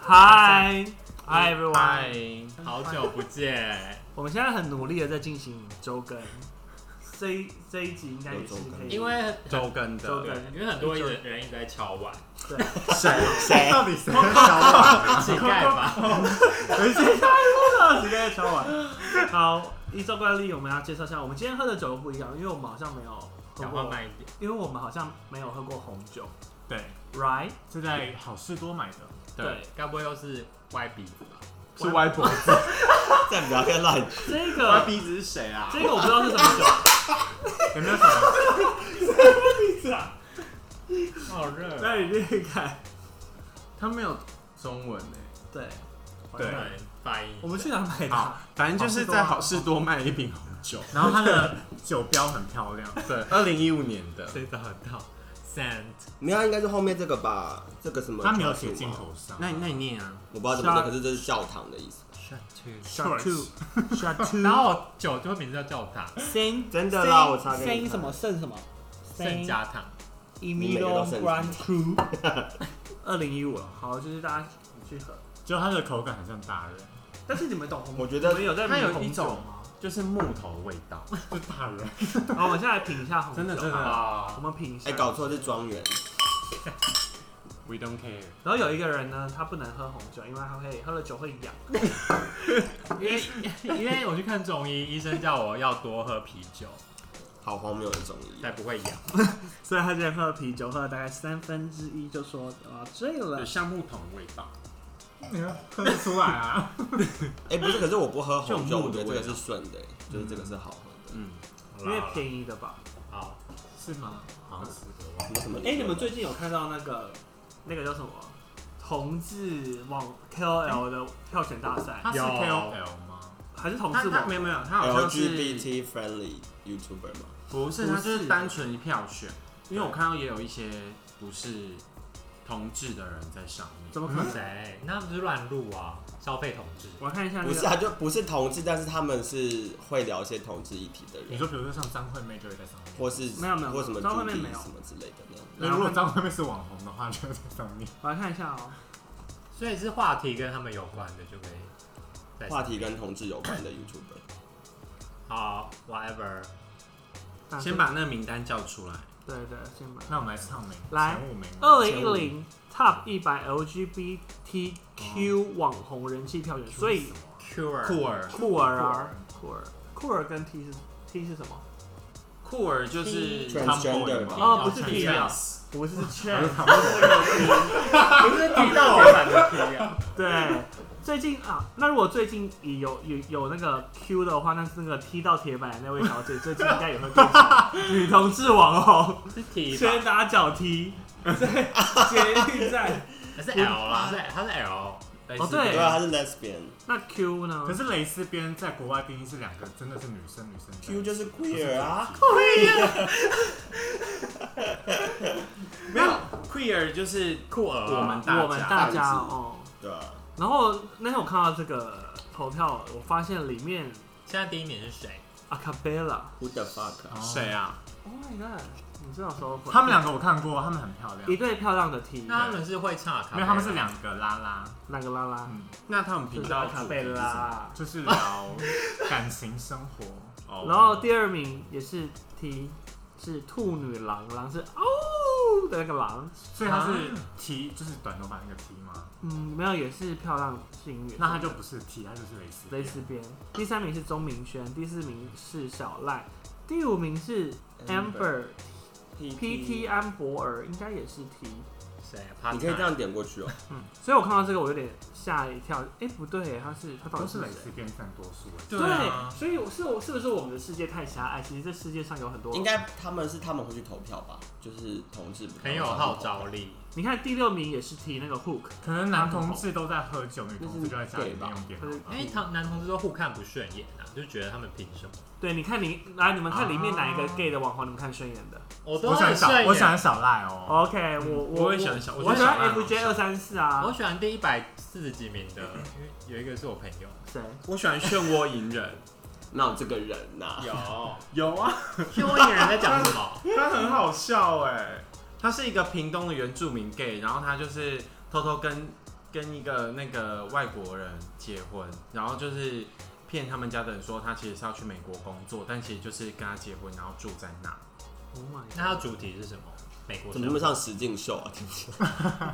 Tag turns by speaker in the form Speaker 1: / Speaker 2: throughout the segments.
Speaker 1: 嗨嗨 everyone，
Speaker 2: 嗨，好久不见。
Speaker 1: 我们现在很努力的在进行周更，这一这一集应该也是可以，
Speaker 2: 因为
Speaker 3: 周更的
Speaker 1: 周更
Speaker 2: 对，因为很多人人一直在敲碗，
Speaker 1: 对，
Speaker 3: 谁谁
Speaker 4: 到底谁在敲碗？
Speaker 2: 乞丐吧？
Speaker 1: 时间敲完。好，依照惯例，我们要介绍一下，我们今天喝的酒不一样，因为我们好像没有喝
Speaker 2: 讲话
Speaker 1: 过，
Speaker 2: 慢一点。
Speaker 1: 因为我们好像没有喝过红酒
Speaker 4: 对，
Speaker 1: ，right？
Speaker 4: 是在好事多买的，
Speaker 1: 对，
Speaker 2: 该不会又是歪鼻子吧？
Speaker 4: 是歪脖子，
Speaker 3: 这样不要太乱讲。
Speaker 1: 这个
Speaker 3: 鼻子是谁啊
Speaker 1: 这个我不知道是什么酒，
Speaker 4: 有没有什么？
Speaker 2: 好热。
Speaker 1: 那你自己看。
Speaker 3: 他没有中文
Speaker 4: 欸
Speaker 3: 诶。
Speaker 1: 对，
Speaker 4: 对
Speaker 2: 对，发音
Speaker 1: 我。们去哪买的
Speaker 4: 好
Speaker 1: 啊？，
Speaker 3: 反正就是在好事多卖一瓶红酒。
Speaker 4: 然后它的酒标很漂亮，
Speaker 3: 对，二零一五年的。
Speaker 2: 谁找得到？Sand，
Speaker 5: 没有，应该是后面这个吧，这个什么？
Speaker 4: 它没有写镜，头上。
Speaker 3: 那那你念啊。
Speaker 5: 我不知道怎么念，可是这是教堂的意思。
Speaker 1: Shot two，Shot two，
Speaker 2: 然后酒就会名字叫教堂，
Speaker 1: Saint
Speaker 5: 真的啦，我查给你看。
Speaker 1: 什么圣什么
Speaker 2: 圣家堂。
Speaker 1: Emilio Grand Cru，二 零一五了，好，就是大家去喝。
Speaker 4: 就它的口感很像大人，
Speaker 1: 但是你们懂红，
Speaker 5: 我觉得
Speaker 1: 你们有在迷
Speaker 3: 它有
Speaker 1: 红
Speaker 3: 一
Speaker 1: 酒
Speaker 3: 种
Speaker 1: 吗？
Speaker 3: 就是木头味道，
Speaker 4: 是大人。
Speaker 1: 好，我们现在品一下红酒，
Speaker 3: 真的真的
Speaker 1: 我
Speaker 2: 啊，
Speaker 1: 们品一下。
Speaker 5: 哎，搞错是庄园，
Speaker 3: ，We don't care。
Speaker 1: 然后有一个人呢，他不能喝红酒，因为他会喝了酒会痒。
Speaker 2: 因为因为我去看中医，医生叫我要多喝啤酒，
Speaker 5: 好荒谬的中医
Speaker 2: 才。不会痒。
Speaker 1: 所以他今天喝了啤酒，喝了大概三分之一，就说啊醉了
Speaker 3: 有。橡木桶味道，
Speaker 4: 你们喝得出来啊？
Speaker 5: 哎，不是，可是我不喝
Speaker 3: 就
Speaker 5: 红酒，
Speaker 3: 有木
Speaker 5: 我觉得
Speaker 3: 的
Speaker 5: 这
Speaker 3: 味道
Speaker 5: 个是顺的，欸就是这个是好喝的。
Speaker 3: 嗯，
Speaker 2: 好
Speaker 1: 因
Speaker 2: 啦
Speaker 1: 为便宜的吧？
Speaker 2: 好，
Speaker 4: 是吗？
Speaker 3: 好像是
Speaker 5: 你有什么？
Speaker 1: 哎、你们最近有看到那个那个叫什么同志网 KOL 的票选大赛，
Speaker 4: 它是
Speaker 2: 有
Speaker 4: KOL 吗？
Speaker 1: 还是同
Speaker 3: 他
Speaker 1: 志
Speaker 3: 他
Speaker 1: 网
Speaker 3: 没？有没有，他好像是
Speaker 5: LGBT friendly YouTuber 吗？
Speaker 3: 不是
Speaker 1: 不
Speaker 3: 他
Speaker 1: 是
Speaker 3: 就是单纯票选，因为我看到也有一些不是同志的人在上面。
Speaker 1: 怎么可能？
Speaker 2: 谁？那不是乱录啊，消费统治。
Speaker 1: 我看一下那
Speaker 5: 不是
Speaker 1: 个
Speaker 5: 啊，就不是同志，但是他们是会聊一些同志议题的
Speaker 4: 你
Speaker 5: 人，
Speaker 4: 说比如说像张惠妹就会在上面，
Speaker 5: 或是
Speaker 1: 没有没有
Speaker 5: 或什么
Speaker 1: 张惠
Speaker 5: Judy
Speaker 1: 妹没有
Speaker 5: 什么之类的那种。
Speaker 4: 那如果张惠妹是网红的话，就会在上面。
Speaker 1: 我来看一下哦、
Speaker 2: 所以是话题跟他们有关的就可以在
Speaker 5: 话题跟同志有关的 YouTuber，
Speaker 2: 好 whatever。
Speaker 1: 大
Speaker 3: 先
Speaker 1: 哥
Speaker 3: 把那个名单叫出来。
Speaker 1: 对对，先把。
Speaker 4: 那我们来唱名，
Speaker 1: 来
Speaker 4: 前五名。
Speaker 1: 二零一零 Top 一百
Speaker 3: 哦
Speaker 1: LGBTQ 网红人气票选，所以
Speaker 2: Cure
Speaker 3: 酷儿，
Speaker 1: 酷儿啊，酷儿，酷儿跟 T 是 T 是什么？
Speaker 3: 酷儿就是
Speaker 5: Transgender 吧
Speaker 1: 哦，不是 T 啊
Speaker 3: T，，
Speaker 1: 不 是 Trans，
Speaker 2: 不是提到我版的 T 啊，
Speaker 1: 对。最近啊，那如果最近有有有那个 Q 的话，那是那个踢到铁板的那位小姐，最近应该也会变成女同志网红，
Speaker 2: 是 T 吧？
Speaker 1: 拳打脚踢，对，捷运站。
Speaker 2: 还是 L 啦，是它是 L。
Speaker 3: 类似
Speaker 1: 哦对
Speaker 5: 对啊，他是 lesbian。
Speaker 1: 那 Q 呢？
Speaker 4: 可是蕾丝边在国外定义是两个，真的是女生女生在一起。
Speaker 5: Q 就是 queer 啊，
Speaker 3: 没有 queer 就是
Speaker 2: 酷儿啊，
Speaker 3: 我们
Speaker 1: 我们大
Speaker 5: 大
Speaker 1: 家
Speaker 5: 家
Speaker 1: 哦。
Speaker 5: 对啊，
Speaker 1: 然后那天我看到这个投票，我发现里面
Speaker 2: 现在第一名是谁？
Speaker 1: a cappella。
Speaker 5: Who the fuck？
Speaker 4: 哦
Speaker 3: 谁啊？
Speaker 1: Oh my god！你这种时候，
Speaker 4: 他们两个我看过，他们很漂亮
Speaker 1: 一。对漂亮的 T，
Speaker 2: 那他们是会唱啊，
Speaker 4: 没有，他们是两个拉拉，
Speaker 1: 那个拉拉，
Speaker 4: 嗯，
Speaker 3: 那他们
Speaker 1: 就
Speaker 3: 频
Speaker 1: 是
Speaker 3: 道
Speaker 1: 阿
Speaker 3: 主题
Speaker 1: 卡
Speaker 3: 是
Speaker 1: 贝
Speaker 3: 什么
Speaker 2: 啊
Speaker 1: 拉。
Speaker 4: 就是聊感情生活。
Speaker 3: 哦
Speaker 1: 然后第二名也是 T，是兔女郎，狼是哦的那个狼。
Speaker 4: 所以他是 T，就是短头发那个 T 吗？
Speaker 1: 嗯，没有，也是漂亮性女。
Speaker 4: 那他就不是 T，他就是蕾丝边。
Speaker 1: 蕾丝边。第三名是钟明轩，第四名是小赖，第五名是 Amber PT 安博尔，应该也是 T。
Speaker 2: 谁啊？
Speaker 5: 你可以这样点过去哦。
Speaker 1: 所以我看到这个我有点吓一跳，哎、不对，他是他到
Speaker 4: 都
Speaker 1: 底
Speaker 4: 是
Speaker 1: 是
Speaker 4: 蕾
Speaker 1: 谁？
Speaker 4: 丝边占多数耶。
Speaker 1: 对
Speaker 3: 对啊，
Speaker 1: 所以我是我是不是我们的世界太狭隘？其实这世界上有很多。
Speaker 5: 应该他们是他们会去投票吧，就是同志
Speaker 2: 很有号召。力。
Speaker 1: 你看第六名也是提那个 Hook，
Speaker 4: 可能男同志都在喝酒，女同志就在家里面用电脑
Speaker 1: 那是
Speaker 4: 吧。
Speaker 2: 因为他男同志都互看不顺眼啊，就觉得他们凭什么？
Speaker 1: 对，你看你来，你们看里面
Speaker 4: 啊
Speaker 1: 哪一个 gay 的网红，你们看顺眼的
Speaker 2: 我都
Speaker 4: 我想
Speaker 2: 很顺
Speaker 4: 小，
Speaker 2: 眼。
Speaker 4: 我想小赖哦。
Speaker 1: ？OK，我我
Speaker 3: 我也喜欢小
Speaker 1: 我
Speaker 3: 我
Speaker 1: 喜
Speaker 3: 觉得
Speaker 1: 欢
Speaker 3: 小赖
Speaker 1: FJ 二三四啊
Speaker 2: 我，喜欢第一百四十几名的，因为有一个是我朋友。
Speaker 1: 谁？
Speaker 3: 我喜欢漩涡隐忍，
Speaker 5: 那这个人呐，
Speaker 2: 有，
Speaker 3: 有啊，
Speaker 2: 听我一个人在讲什么？
Speaker 3: 他很好笑哎。他是一个屏东的原住民 gay，然后他就是偷偷跟跟一个那个外国人结婚，然后就是骗他们家的人说他其实是要去美国工作，但其实就是跟他结婚，然后住在那。
Speaker 1: Oh my，
Speaker 2: 那它主题是什么？美国
Speaker 5: 怎么那么像石敬秀啊？听起来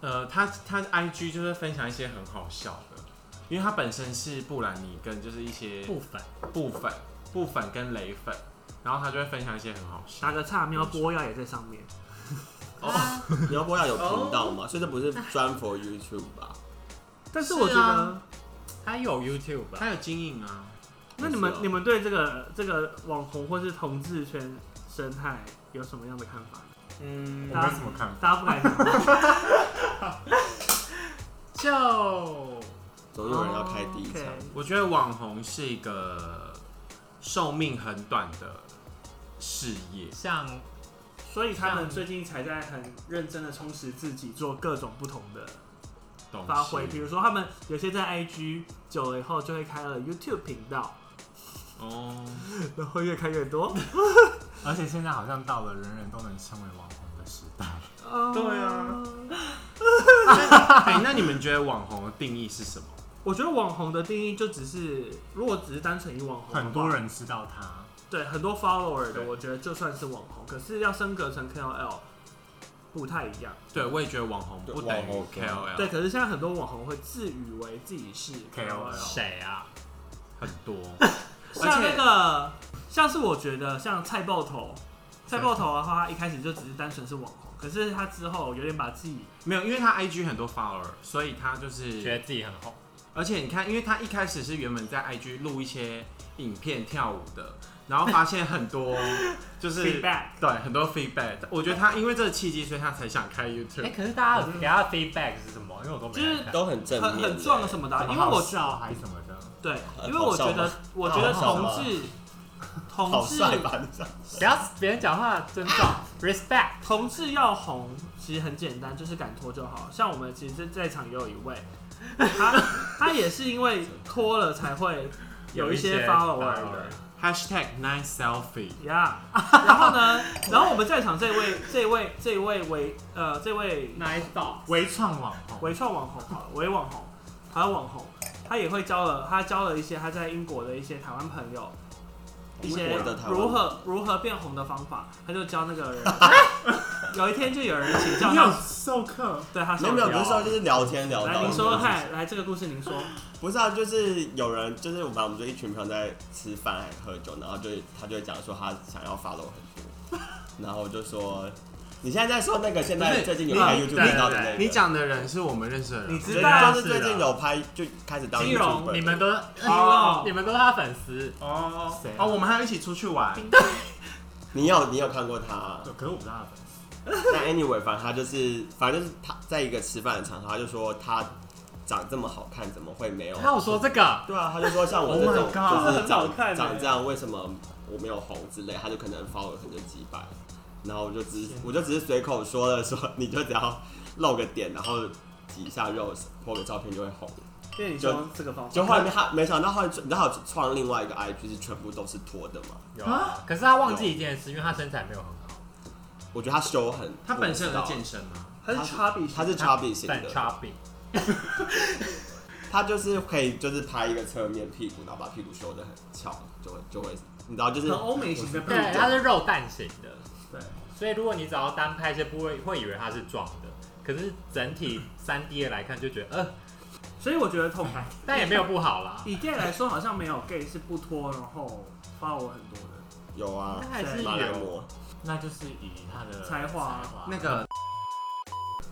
Speaker 3: 呃，他他 IG 就是分享一些很好笑的，因为他本身是布兰妮跟就是一些
Speaker 2: 不粉？
Speaker 3: 布粉、布粉跟雷粉，然后他就会分享一些很好笑
Speaker 1: 打。个岔，喵波要也在上面。
Speaker 2: 哦
Speaker 5: 苗博雅有频道
Speaker 1: 哦
Speaker 5: 吗？所以这不是专 for YouTube 吧？
Speaker 1: 但是我觉得，
Speaker 3: 是啊
Speaker 2: 它有 YouTube 吧？
Speaker 3: 他有经营啊，
Speaker 1: 那你们、
Speaker 5: 不是哦
Speaker 1: 你们对这个这个网红或是同志圈生态有什么样的看法？
Speaker 3: 嗯
Speaker 4: 我没什么看法。
Speaker 1: 大家不敢想象，
Speaker 2: 就
Speaker 5: 总有人要开第一枪。
Speaker 1: 哦 OK
Speaker 3: 我觉得网红是一个寿命很短的事业，
Speaker 2: 像
Speaker 1: 所以他们最近才在很认真的充实自己，做各种不同的
Speaker 3: 懂事
Speaker 1: 发挥。比如说，他们有些在 IG 久了以后，就会开了 YouTube 频道，
Speaker 3: 哦，
Speaker 1: 然后越开越多。
Speaker 4: 而且现在好像到了人人都能成为网红的时代，
Speaker 1: 对啊，
Speaker 3: 哎，那你们觉得网红的定义是什么？
Speaker 1: 我觉得网红的定义就只是，如果只是单纯以网红的话，
Speaker 4: 很多人知道他。
Speaker 1: 对很多 follower 的，
Speaker 3: 对
Speaker 1: 我觉得就算是网红，可是要升格成 KOL 不太一样。
Speaker 3: 对，我也觉得网红不等于
Speaker 5: 对网
Speaker 3: KOL，
Speaker 1: 对，可是现在很多网红会自以为自己是
Speaker 4: KOL
Speaker 2: 谁啊？
Speaker 3: 很多。
Speaker 1: 像那个，像是我觉得像菜爆头，菜爆头的话，他一开始就只是单纯是网红，可是他之后有点把自己，
Speaker 3: 没有，因为他 IG 很多 follower，所以他就
Speaker 2: 觉
Speaker 3: 是，
Speaker 2: 得自己很红，
Speaker 3: 而且你看，因为他一开始是原本在 IG 录一些影片跳舞的，然后发现很多就是
Speaker 1: feedback
Speaker 3: 对很多 feedback，我觉得他因为这个契机，所以他才想开 YouTube
Speaker 2: 哎、。可是大家有给他的 feedback 是什么？因为我都没
Speaker 1: 就是
Speaker 2: 看
Speaker 5: 都很正
Speaker 1: 很
Speaker 5: 面，
Speaker 1: 很壮什么的啊、因为
Speaker 4: 好
Speaker 1: 我
Speaker 4: 笑还什么的，
Speaker 1: 对，
Speaker 5: 呃
Speaker 1: 因为我觉
Speaker 5: 好笑
Speaker 1: 得
Speaker 5: 吗
Speaker 1: 我觉得
Speaker 5: 好笑吗
Speaker 1: 同 志，
Speaker 5: 好
Speaker 1: 同志
Speaker 5: 帅吧？你知道
Speaker 2: 不要别人讲话尊重 respect。
Speaker 1: 同志要红，其实很简单，就是敢拖就好。像我们其实在在场也有一位，他 他也是因为拖了才会有一些 follower 的。
Speaker 3: Hashtag nice selfie，
Speaker 1: 呀、 然后呢，然后我们在场这位、这位、这位为呃这位
Speaker 2: 哪一道？
Speaker 4: 微创网红，
Speaker 1: 微创网红好了，微网红，台湾网红，他也会教了他教了一些他在英国的一些台湾朋友一些
Speaker 5: 英国的台湾
Speaker 1: 如何如何变红的方法，他就教那个 人。有一天就有人请教
Speaker 4: 你有
Speaker 1: 他，
Speaker 4: 授课？
Speaker 1: 对他
Speaker 5: 没
Speaker 1: 说
Speaker 5: 有没有，
Speaker 1: 聊
Speaker 5: 不是说就是聊天聊
Speaker 1: 来
Speaker 5: 到。
Speaker 1: 您说说看，来这个故事您 说，
Speaker 5: 不是啊，就是有人，就是我们我们就一群朋友在吃饭还喝酒，然后就他就会讲说他想要 follow 很多，然后我就说你现在在说那个现
Speaker 3: 不
Speaker 5: 在
Speaker 3: 是
Speaker 5: 最近有拍
Speaker 1: 你
Speaker 5: YouTube 频道的
Speaker 2: 对
Speaker 5: 那个，
Speaker 3: 你讲的人是我们认识的
Speaker 1: 你
Speaker 3: 人，
Speaker 1: 知
Speaker 5: 对
Speaker 1: 道
Speaker 5: 就是最近有拍就开始当
Speaker 1: 基隆
Speaker 5: YouTuber
Speaker 2: 你们都是
Speaker 1: 哦
Speaker 2: 你们都是他粉丝，
Speaker 4: 哦，谁啊？
Speaker 3: 哦，我们还要一起出去玩，
Speaker 5: 你有你有看过他？
Speaker 4: 对可是我不知道他的粉丝。
Speaker 5: 那 anyway，反正他就是反正就是他在一个吃饭的场合，他就说他长这么好看，怎么会没有？
Speaker 2: 他有说这个，
Speaker 5: 对啊，他就说像我
Speaker 4: Oh
Speaker 5: 这
Speaker 4: my
Speaker 5: 种
Speaker 4: God
Speaker 5: 就
Speaker 1: 这很好
Speaker 5: 是长
Speaker 1: 看欸
Speaker 5: 长这样，为什么我没有红之类，他就可能 follow 可能就几百，然后我就只是我就只是随口说了说，你就只要露个点，然后挤一下肉，po 个照片就会红。
Speaker 1: 因为你说这个方法，
Speaker 5: 就后来他没想到后来你知道他有创另外一个 IG 是全部都是脱的嘛？
Speaker 2: 有啊。可是他忘记一件事，因为他身材没有很好，
Speaker 5: 我觉得他修很，
Speaker 3: 他本身有
Speaker 5: 我
Speaker 3: 在
Speaker 5: 不知道
Speaker 3: 健身吗？
Speaker 1: 他是
Speaker 5: 他
Speaker 1: chubby，
Speaker 5: 他是 chubby 型
Speaker 2: 反
Speaker 5: 的，
Speaker 2: 差饼。
Speaker 5: 他就是可以就是拍一个侧面屁股，然后把屁股修的很翘，就会就会你知道就是
Speaker 1: 很欧美型的
Speaker 5: 我
Speaker 1: 吧，
Speaker 2: 对，他是肉蛋型的，
Speaker 1: 对，
Speaker 2: 所以如果你只要单拍一些部位，会以为他是壮的，可是整体三 D 的来看就觉得，呃，
Speaker 1: 所以我觉得同
Speaker 2: 但也没有不好啦，
Speaker 1: 以 gay 来说，好像没有 gay 是不脱然后 follow 很多的，
Speaker 5: 有啊
Speaker 2: 但，还是
Speaker 5: 马来
Speaker 2: 有
Speaker 5: 模
Speaker 4: 那就是以他的
Speaker 1: 才华
Speaker 3: 那个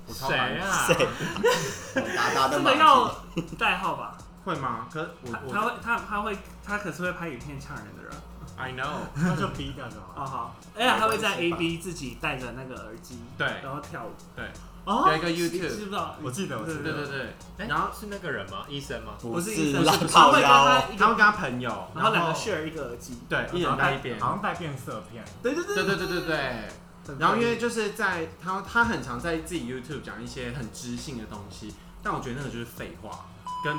Speaker 3: 我超
Speaker 2: 谁啊？
Speaker 5: 谁达达的
Speaker 1: 这
Speaker 5: 马
Speaker 1: 个
Speaker 5: 屁
Speaker 1: 要 代号吧？
Speaker 3: 会吗？可我
Speaker 1: 他他
Speaker 3: 我
Speaker 1: 会他他会他可是会拍影片呛人的人。
Speaker 3: I know，
Speaker 4: 那就逼掉就好
Speaker 1: 哦
Speaker 4: 了。
Speaker 1: 好，而且他会在
Speaker 5: 没
Speaker 1: A
Speaker 5: 关
Speaker 1: B 自己戴着那个耳机，
Speaker 3: 对
Speaker 1: 然后跳舞。
Speaker 3: 有一
Speaker 4: 哦，
Speaker 3: 个
Speaker 1: 知不
Speaker 3: YouTube，
Speaker 1: 知道？
Speaker 4: 我记得我记
Speaker 3: 对对
Speaker 4: 得
Speaker 3: 对，
Speaker 2: 哎
Speaker 3: 然后
Speaker 2: 是那个人吗？医生吗？
Speaker 1: 不
Speaker 5: 不
Speaker 1: 是
Speaker 5: 是
Speaker 1: 医生，
Speaker 5: 啦
Speaker 1: 是不是他
Speaker 5: 靠
Speaker 1: 会跟他
Speaker 5: 腰，
Speaker 1: 一
Speaker 3: 他会
Speaker 1: 个，
Speaker 3: 跟他朋友，
Speaker 1: 然后两个 share 一个耳机。
Speaker 3: 对，一人
Speaker 4: 好像
Speaker 3: 带
Speaker 4: 带
Speaker 3: 一边，
Speaker 4: 好像带变色 片，
Speaker 1: 对对对
Speaker 3: 对对对对对。
Speaker 1: 很
Speaker 3: 然后因
Speaker 1: 专
Speaker 3: 为
Speaker 1: 业
Speaker 3: 就是在他他很常在自己 YouTube 讲一些很知性的东西，但 我觉得那个就是废话，跟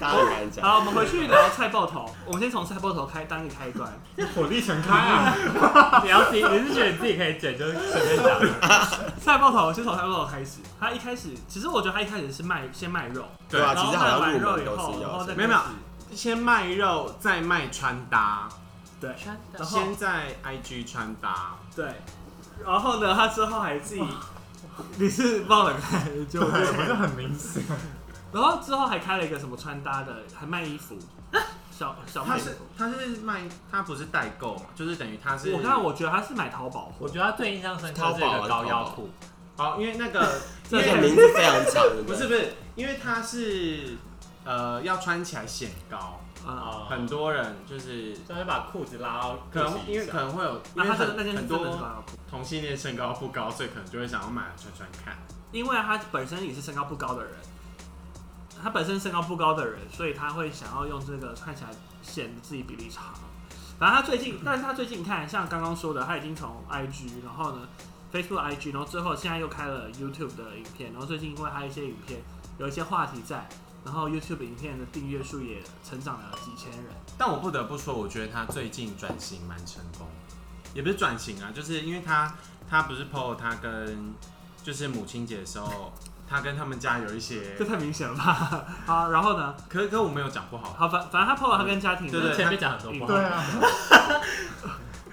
Speaker 5: 大家很难讲。
Speaker 1: 好，我们回去聊菜爆头。我们先从菜爆头开当一个开端。
Speaker 3: 火力全开啊！
Speaker 2: 你要自己，你是觉得你自己可以剪，就随便讲。
Speaker 1: 菜爆头先从菜爆头开始。他一开始，其实我觉得他一开始是卖先卖肉，
Speaker 5: 对啊，
Speaker 1: 然
Speaker 5: 其
Speaker 1: 后
Speaker 5: 实
Speaker 1: 卖
Speaker 5: 好像
Speaker 1: 完
Speaker 5: 入
Speaker 1: 肉
Speaker 5: 门
Speaker 1: 以
Speaker 5: 都
Speaker 1: 后，然
Speaker 5: 是要
Speaker 1: 后再
Speaker 5: 先
Speaker 3: 没有没有先卖肉，再卖穿搭，
Speaker 1: 对然后
Speaker 3: 先在 IG 穿搭，
Speaker 1: 对，然后呢，他之后还自己，你是忘了看就
Speaker 4: 对，不是很明显。
Speaker 1: 然后之后还开了一个什么穿搭的，还卖衣服，小小卖
Speaker 3: 他
Speaker 1: 衣
Speaker 3: 是
Speaker 1: 服。
Speaker 3: 他是卖，他不是代购嘛，就是等于他是
Speaker 1: 我看我觉得他是买淘宝
Speaker 2: 我
Speaker 1: 货，
Speaker 2: 觉得他最印象深刻是一个高腰裤，
Speaker 3: 哦，因为那个
Speaker 1: 这
Speaker 5: 这
Speaker 1: 是
Speaker 5: 个名字非常长，对
Speaker 3: 不是不是，因为他是呃要穿起来显高，
Speaker 1: 啊，
Speaker 2: 啊，
Speaker 3: 很多人就是
Speaker 2: 就是把裤子拉到
Speaker 3: 可
Speaker 2: 裤
Speaker 3: 能
Speaker 2: 子
Speaker 3: 因
Speaker 2: 以
Speaker 3: 为可
Speaker 2: 上。
Speaker 3: 能会有，因
Speaker 1: 那
Speaker 3: 为
Speaker 1: 他这个那
Speaker 3: 很
Speaker 1: 件是真
Speaker 3: 很
Speaker 1: 的是
Speaker 3: 多
Speaker 1: 高腰裤，
Speaker 3: 同性恋身高不高，所以可能就会想要买来穿穿看。
Speaker 1: 因为他本身也是身高不高的人，他本身身高不高的人，所以他会想要用这个看起来显得自己比例长。反正他最 近，但是他最近你看，像刚刚说的，他已经从 IG，然后呢，Facebook IG，然后最后现在又开了 YouTube 的影片，然后最近因为他一些影片有一些话题在，然后 YouTube 影片的订阅数也成长了几千人。
Speaker 3: 但我不得不说，我觉得他最近转型蛮成功，也不是转型啊，就是因为他他不是 PO 他跟就是母亲节的时候，他跟他们家有一些
Speaker 1: 这，太明显了吧？ 好，然后呢？
Speaker 3: 可可我没有讲不好，
Speaker 1: 好，反反正他 PO 了他跟家庭的，
Speaker 3: 对对
Speaker 2: 前面讲很多不好，
Speaker 4: 对啊，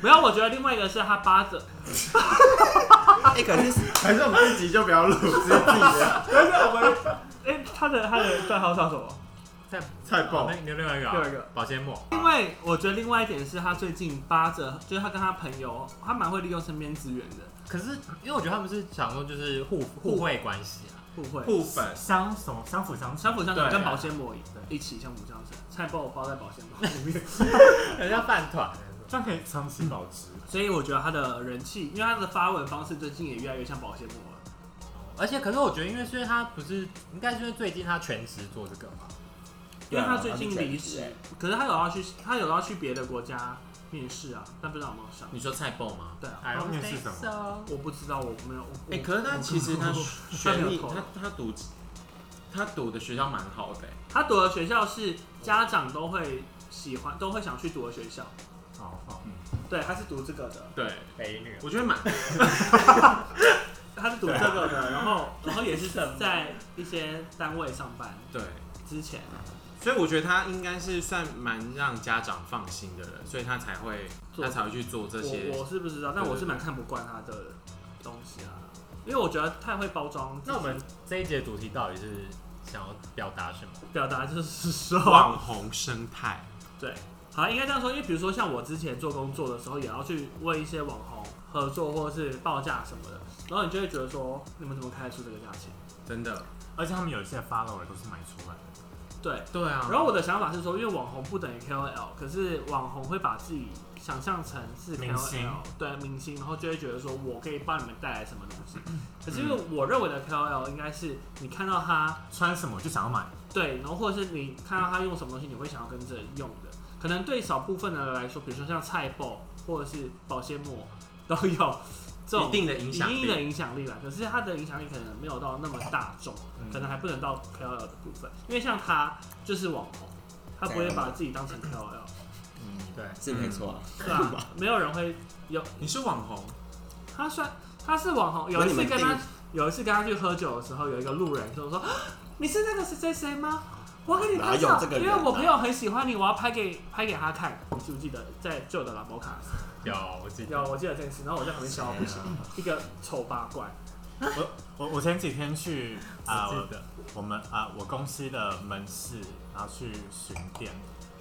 Speaker 1: 没有，我觉得另外一个是他扒着，
Speaker 5: 哎，可是
Speaker 3: 还是我们自己就不 要录自己的
Speaker 1: 但是我们，哎、他的他的代号叫什么？
Speaker 2: 在
Speaker 3: 菜
Speaker 2: 哦
Speaker 3: 爆
Speaker 2: 那。你有另外一个啊，
Speaker 1: 另外一个
Speaker 2: 保鲜膜，
Speaker 1: 因为我觉得另外一点是他最近扒着，就是他跟他朋友，他蛮会利用身边资源的，
Speaker 2: 可是因为我觉得他们是想说就是互互惠关系啊，
Speaker 1: 互惠。
Speaker 3: 互粉，
Speaker 4: 相什么相辅相成
Speaker 1: 相。辅相成，
Speaker 3: 对啊
Speaker 1: 跟保鲜膜一一起相辅相成，菜包我包在保鲜膜里面，
Speaker 2: 人家饭团。
Speaker 4: 这样可以长期保值。
Speaker 1: 所以我觉得他的人气，因为他的发文方式最近也越来越像保鲜膜了。
Speaker 2: 而且可是我觉得，因为虽然他不是，应该是因为最近他全职做这个嘛，
Speaker 1: 因为他最近
Speaker 5: 对啊
Speaker 1: 离
Speaker 5: 他
Speaker 1: 职
Speaker 5: 是全职，
Speaker 1: 可是他有要去，他有要去别的国家面试啊，但不知道有没有上。
Speaker 3: 你说菜爆吗？
Speaker 1: 对啊，
Speaker 2: 哎，
Speaker 4: 后面是什
Speaker 2: 么？
Speaker 1: 我不知道，我没有。我
Speaker 3: 哎、可是他其实他学历，
Speaker 1: 他没有投
Speaker 3: 他他读他读的学校蛮好的、欸
Speaker 1: 他读的学校是家长都会喜欢，都会想去读的学校。
Speaker 4: 哦哦，
Speaker 1: 对，他是读这个的，
Speaker 3: 对，
Speaker 2: 美女，
Speaker 3: 我觉得蛮
Speaker 1: 他是读这个的，然后
Speaker 2: 啊
Speaker 1: 然后也是 在一些单位上班
Speaker 3: 对，
Speaker 1: 之前，
Speaker 3: 所以我觉得他应该是算蛮让家长放心的人，所以他才会
Speaker 1: 做
Speaker 3: 他才会去做这些
Speaker 1: 我我是不知道，但我是蛮看不惯他的东西啊，因为我觉得太会包装。
Speaker 2: 那我们这一节主题到底是想要表达什么？
Speaker 1: 表达就是说，
Speaker 3: 网红生态。
Speaker 1: 对，好，应该这样说，因为比如说像我之前做工作的时候，也要去为一些网红合作或是报价什么的，然后你就会觉得说，你们怎么开得出这个价钱？
Speaker 3: 真的，
Speaker 4: 而且他们有一些 follower 都是买出来的，
Speaker 1: 对，
Speaker 3: 对啊。
Speaker 1: 然后我的想法是说，因为网红不等于 KOL，可是网红会把自己想象成是 KOL，
Speaker 4: 明星
Speaker 1: 对明星，然后就会觉得说我可以帮你们带来什么东西。可是因为我认为的 KOL 应该是你看到他
Speaker 4: 穿什么就想要买。
Speaker 1: 对，然后或者是你看到他用什么东西，你会想要跟着用的。可能对少部分的人来说，比如说像菜爆或者是保鲜膜都有这种
Speaker 3: 一定的影响
Speaker 1: 一定
Speaker 3: 力，
Speaker 1: 的影响力啦，可是它的影响力可能没有到那么大众，
Speaker 4: 嗯
Speaker 1: 可能还不能到 KOL 的部分，因为像他就是网红，他不会把自己当成 KOL，
Speaker 4: 嗯，
Speaker 2: 对，
Speaker 5: 是没错啊，
Speaker 1: 对啊，没有人会有
Speaker 3: 你是网红，
Speaker 1: 他算他是网红，有
Speaker 5: 那
Speaker 1: 一
Speaker 5: 你
Speaker 1: 次
Speaker 5: 们
Speaker 1: 跟他
Speaker 5: 定
Speaker 1: 有一次跟他去喝酒的时候，有一个路人跟我说啊：“你是那个谁谁谁吗？我要跟你拍
Speaker 5: 哪
Speaker 1: 照
Speaker 5: 有这，个
Speaker 1: 因
Speaker 5: 人
Speaker 1: 为
Speaker 5: 啊
Speaker 1: 我朋友很喜欢你，我要拍给拍给他看。”你记不记得在旧的兰博卡？
Speaker 2: 有我记得
Speaker 1: 有，我记得这件事，然后我在旁边笑到不 行，一个丑八怪。
Speaker 4: 我我前几天去啊、
Speaker 2: 我记得
Speaker 4: 我们啊、我公司的门市，然后去巡店，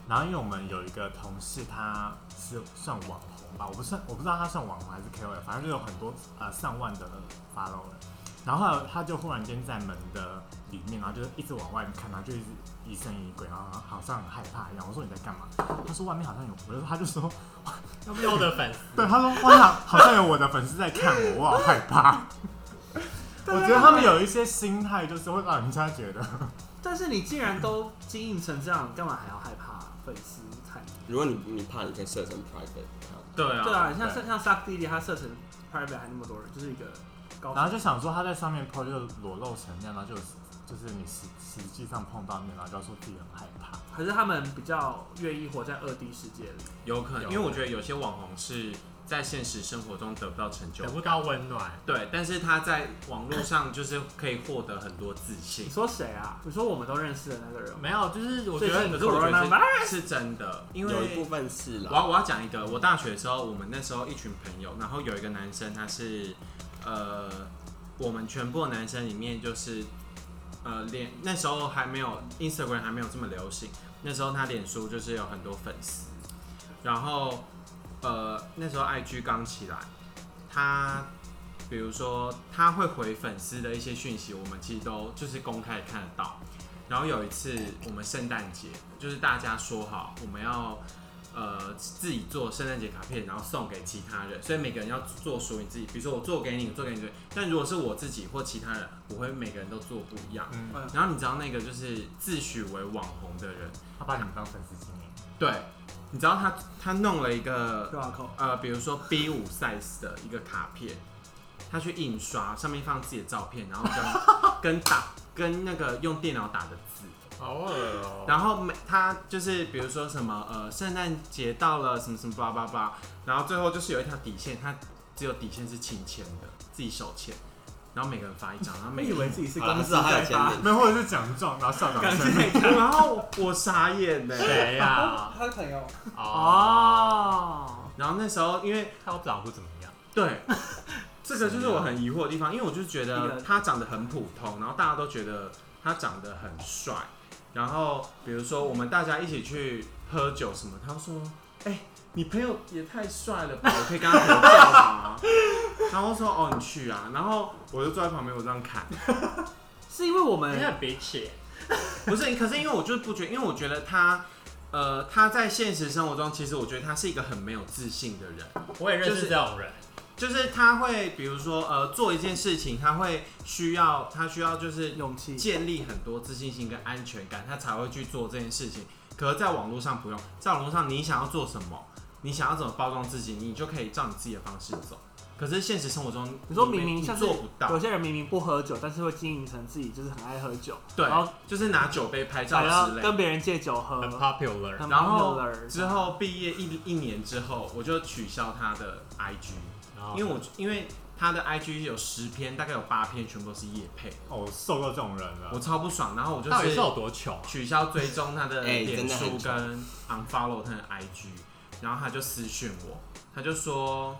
Speaker 4: 然后因为我们有一个同事，他是算网红吧，我不算，我不知道他算网红还是 KOL，反正就有很多呃上万的 follower。然后后来他就忽然间在门的里面，然后就一直往外看，然后就一直疑神疑鬼，然后好像很害怕一样。我说你在干嘛？他说外面好像有，我就他就说，
Speaker 2: 他们有的粉丝，
Speaker 4: 对，他说哇，好像有我的粉丝在看我，我好害怕。我觉得他们有一些心态，就是会让人家觉得
Speaker 1: 但是你既然都经营成这样，你干嘛还要害怕粉丝看你？
Speaker 5: 如果你你怕，你可以设成 private account。
Speaker 3: 对啊，
Speaker 1: 对啊，你像像像 Suck 弟弟，他设成 private 还那么多人，就是一个高
Speaker 4: 然后就想说他在上面 PO 就裸露成那样，然后就就是你实实际上碰到面，然后就要说自己很害怕。
Speaker 1: 还是他们比较愿意活在二 D 世界里。
Speaker 3: 有可能，
Speaker 2: 有
Speaker 3: 因为我觉得有些网红是在现实生活中得不到成就
Speaker 2: 得
Speaker 3: 感，
Speaker 2: 不到温暖。
Speaker 3: 对，但是他在网络上就是可以获得很多自信
Speaker 1: 你。说谁啊？你说我们都认识的那个人吗？
Speaker 2: 没有，就是我觉
Speaker 1: 最
Speaker 2: 得
Speaker 1: 近
Speaker 3: 可是我觉
Speaker 1: Corona
Speaker 3: 得是是真的，因为
Speaker 5: 有一部分是
Speaker 3: 我
Speaker 5: 啦，
Speaker 3: 要我要讲一个，我大学的时候，我们那时候一群朋友，然后有一个男生，他是呃，我们全部的男生里面就是呃，脸那时候还没有 Instagram 还没有这么流行，那时候他脸书就是有很多粉丝，然后呃，那时候 IG 刚起来，他比如说他会回粉丝的一些讯息，我们其实都就是公开看得到。然后有一次我们圣诞节，就是大家说好我们要呃自己做圣诞节卡片，然后送给其他人，所以每个人要做属于自己。比如说我做给你，我做给你，但如果是我自己或其他人，我会每个人都做不一样。
Speaker 4: 嗯，
Speaker 3: 然后你知道那个就是自诩为网红的人，
Speaker 4: 他把你们当粉丝经营，
Speaker 3: 对，你知道他他弄了一个
Speaker 1: QR code，
Speaker 3: 呃，比如说 B 五 size 的一个卡片，他去印刷，上面放自己的照片，然后跟 跟打跟那个用电脑打的字，
Speaker 2: 好恶哦、
Speaker 3: 然后每他就是比如说什么呃，圣诞节到了什么什么叭叭叭，然后最后就是有一条底线，他只有底线是亲签的，自己手签，然后每个人发一张，然后
Speaker 1: 你
Speaker 3: 每
Speaker 1: 以
Speaker 3: 个人
Speaker 1: 为自己是
Speaker 5: 好啦
Speaker 1: 公
Speaker 5: 至
Speaker 1: 司
Speaker 5: 少还
Speaker 1: 在
Speaker 5: 有签
Speaker 1: 发
Speaker 5: 名，
Speaker 4: 没有或者是奖状，然后校长生日，
Speaker 3: 然后我傻眼呢、
Speaker 2: 谁呀、 啊？
Speaker 1: 他的朋友
Speaker 2: 哦，
Speaker 1: 哦，
Speaker 3: 然后那时候因为
Speaker 2: 他又长得不怎么样，
Speaker 3: 对，这个就是我很疑惑的地方，因为我就觉
Speaker 1: 一
Speaker 3: 得
Speaker 1: 个
Speaker 3: 他长得很普通，然后大家都觉得他长得很帅。然后比如说我们大家一起去喝酒什么，他说：“哎、你朋友也太帅了吧，我可以跟他合照吗？” 然后我说：“哦，你去啊。”然后我就坐在旁边，我这样看。
Speaker 1: 是因为我
Speaker 2: 你
Speaker 1: 们
Speaker 2: 很憋气。
Speaker 3: 不是，可是因为我就是不觉得，因为我觉得他，呃，他在现实生活中，其实我觉得他是一个很没有自信的人。
Speaker 2: 我也认
Speaker 3: 就是
Speaker 2: 识这种人，
Speaker 3: 就是他会，比如说，呃，做一件事情，他会需要，他需要就是
Speaker 1: 勇气
Speaker 3: 建立很多自信心跟安全感，他才会去做这件事情。可是，在网络上不用，在网络上你想要做什么， 你想要怎么包装自己，你就可以照你自己的方式走。可是现实生活中，
Speaker 1: 你说明明
Speaker 3: 你
Speaker 1: 像是
Speaker 3: 做不到
Speaker 1: 有，些人明明不喝酒，但是会经营成自己就是很爱喝酒，
Speaker 3: 对
Speaker 1: 然后，
Speaker 3: 就是拿酒杯拍照
Speaker 1: 想要
Speaker 3: 之类的。
Speaker 1: 跟别人借酒喝
Speaker 2: 很，popular。
Speaker 1: 很
Speaker 3: 然后
Speaker 1: popular
Speaker 3: 之后毕业一一年之后，我就取消他的 IG，
Speaker 2: 然后
Speaker 3: 因为我因为他的 IG 有十篇，大概有八篇全部都是夜配。
Speaker 4: 哦，我受够这种人
Speaker 3: 我
Speaker 4: 了。
Speaker 3: 超不爽，然后我就
Speaker 2: 到底是
Speaker 3: 是
Speaker 2: 有多穷啊？
Speaker 3: 取消追踪他的
Speaker 5: 哎
Speaker 3: 脸
Speaker 5: 真的
Speaker 3: 书
Speaker 5: 很
Speaker 3: 跟 unfollow 他的 IG，然后他就私讯我，他就说，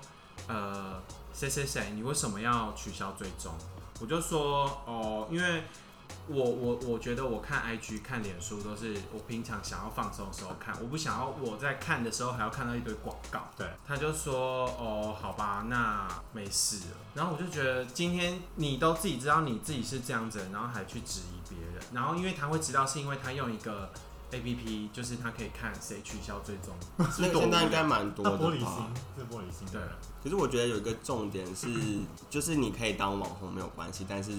Speaker 3: 呃，谁谁谁，你为什么要取消追踪？我就说，哦、因为我我我觉得我看 IG 看脸书都是我平常想要放松的时候看，我不想要我在看的时候还要看到一堆广告。
Speaker 4: 对，
Speaker 3: 他就说哦，好吧，那没事了。然后我就觉得今天你都自己知道你自己是这样子的，然后还去质疑别人。然后因为他会知道，是因为他用一个 A P P，就是他可以看谁取消追踪，
Speaker 5: 所以现在应该蛮多
Speaker 4: 他
Speaker 5: 的
Speaker 4: 玻璃
Speaker 5: 吧
Speaker 4: 心。，是玻璃心的
Speaker 3: 对
Speaker 4: 人。
Speaker 5: 可是我觉得有一个重点是，就是你可以当网红没有关系，但是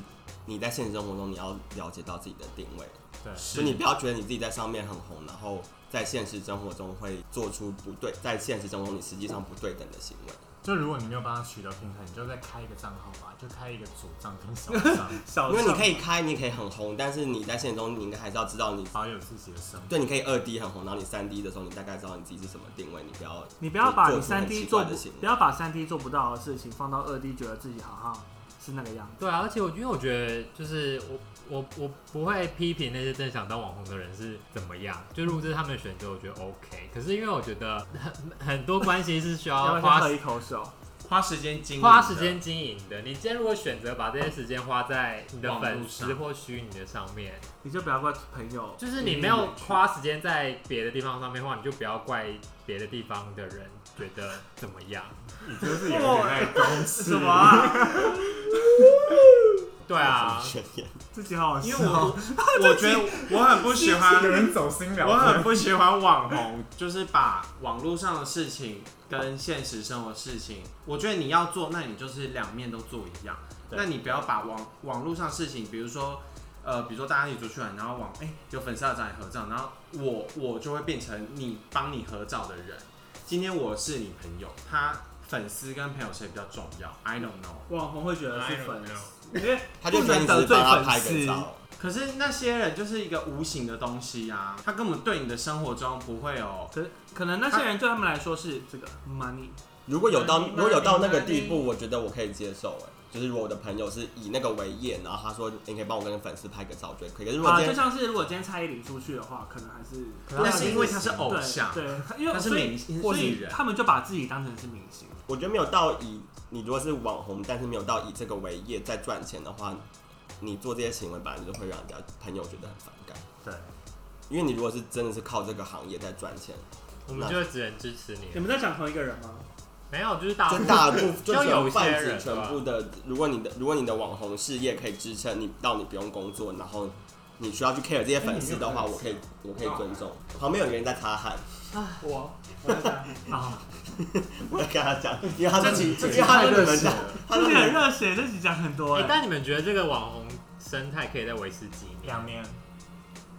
Speaker 5: 你在现实生活中你要了解到自己的定位，
Speaker 4: 对，
Speaker 5: 所以你不要觉得你自己在上面很红，然后在现实生活中会做出不对，在现实生活中你实际上不对等的行为。
Speaker 4: 就如果你没有帮他取得平衡，你就再开一个账号吧，就开一个主账跟小 账，
Speaker 1: 小
Speaker 5: 因为你可
Speaker 1: 以
Speaker 5: 以开，你可以很红，但是你在现实中你应该还是要知道你。
Speaker 4: 保有自己的生活。
Speaker 5: 对，你可以二 D 很红，然后你三 D 的时候，你大概知道你自己是什么定位，你不要
Speaker 1: 你不要把
Speaker 5: 做
Speaker 1: 你
Speaker 5: 出很
Speaker 1: 三
Speaker 5: 奇
Speaker 1: D
Speaker 5: 怪
Speaker 1: 做
Speaker 5: 的
Speaker 1: 不
Speaker 5: 行
Speaker 1: 不
Speaker 5: 为。
Speaker 1: 要把三 D 做不到的事情放到二 D，觉得自己好像是那个样子。
Speaker 2: 对啊，而且我因为我觉得就是我我我不会批评那些真的想当网红的人是怎么样，就如果这是他们的选择，我觉得 OK。可是因为我觉得很很多关系是需
Speaker 1: 要
Speaker 2: 要
Speaker 1: 不要先
Speaker 2: 花
Speaker 1: 喝一口水？
Speaker 3: 花时间经营的
Speaker 2: 花时间经营的。你今天如果选择把这些时间花在你的
Speaker 3: 网络
Speaker 2: 粉丝
Speaker 3: 上
Speaker 2: 或虚拟的上面，
Speaker 1: 你就不要怪朋友，嗯
Speaker 2: 就是你没有花时间在别的地方上面的话，你就不要怪别的地方的人觉得怎么样。
Speaker 4: 你就是有点在攻击。
Speaker 1: 什么啊？
Speaker 2: 对啊，
Speaker 5: 宣 言
Speaker 1: 自己好好
Speaker 3: 因
Speaker 1: 笑
Speaker 3: 为我我觉得我很不喜欢
Speaker 4: 有人走心了，
Speaker 3: 我很不喜欢网红，就是把网络上的事情跟现实生活事情，我觉得你要做，那你就是两面都做一样。
Speaker 4: 对
Speaker 3: 那你不要把网网络上的事情，比如说，呃，比如说大家一起出去玩，然后网哎、有粉丝要找你合照，然后我我就会变成你帮你合照的人。今天我是你朋友，他粉丝跟朋友谁比较重要？I don't know。
Speaker 1: 网红会觉得
Speaker 2: I
Speaker 1: 是
Speaker 2: don't
Speaker 1: 粉
Speaker 2: know
Speaker 1: 丝，因为
Speaker 5: 他就
Speaker 1: 不
Speaker 5: 觉得
Speaker 1: 能
Speaker 5: 你只
Speaker 1: 得
Speaker 5: 是
Speaker 1: 罪
Speaker 5: 帮他
Speaker 1: 粉
Speaker 5: 拍个
Speaker 1: 丝。
Speaker 5: 照，
Speaker 3: 可是那些人就是一个无形的东西啊，他根本对你的生活中不会有
Speaker 1: 可可能那些人对他们来说是这个 money，
Speaker 5: 如果有到
Speaker 1: 嗯
Speaker 3: 哪里
Speaker 5: 如果有到那个
Speaker 3: 哪里
Speaker 5: 地步，我觉得我可以接受哎、就是如果我的朋友是以那个为业，然后他说你可以帮我跟粉丝拍个照，我觉得可以。可是如果
Speaker 1: 啊，
Speaker 5: 今
Speaker 1: 就
Speaker 5: 天、
Speaker 1: 像是如果今天蔡依林出去的话，可能还是
Speaker 3: 那是因为他是偶像，
Speaker 1: 对，对因为
Speaker 3: 他是
Speaker 1: 所以
Speaker 3: 明星
Speaker 1: 或
Speaker 3: 是艺
Speaker 1: 许
Speaker 3: 人
Speaker 1: 他们就把自己当成是明星。
Speaker 5: 我觉得没有到以你如果是网红，但是没有到以这个为业在赚钱的话，你做这些行为本来就会让人家朋友觉得很反感。
Speaker 4: 对，
Speaker 5: 因为你如果是真的是靠这个行业在赚钱，
Speaker 2: 我们就只能支持你啊
Speaker 1: 你。们在讲同一个人吗？
Speaker 2: 没有，就是大
Speaker 5: 就大部分就
Speaker 2: 像有
Speaker 5: 全
Speaker 2: 一些
Speaker 5: 泛
Speaker 2: 人
Speaker 5: 指
Speaker 2: 吧
Speaker 5: 全部的。如果你的如果你的网红事业可以支撑你到你不用工作，然后你需要去 care 这些粉丝的话，我可以我可以尊重。旁边有个人在擦汗，
Speaker 1: 我， 我在讲
Speaker 5: 我要跟他讲，因为他
Speaker 3: 这
Speaker 5: 是
Speaker 3: 集
Speaker 5: 因
Speaker 3: 这
Speaker 5: 为
Speaker 3: 集
Speaker 5: 他
Speaker 3: 太
Speaker 5: 是你
Speaker 3: 热
Speaker 5: 们
Speaker 3: 血
Speaker 5: 的，
Speaker 3: 了，
Speaker 5: 他
Speaker 1: 这
Speaker 5: 是
Speaker 1: 集
Speaker 5: 你
Speaker 1: 很
Speaker 5: 们
Speaker 1: 热血，这集讲很多
Speaker 2: 哎、
Speaker 1: 哎，
Speaker 2: 但你们觉得这个网红生态可以再维持几年？
Speaker 4: 两年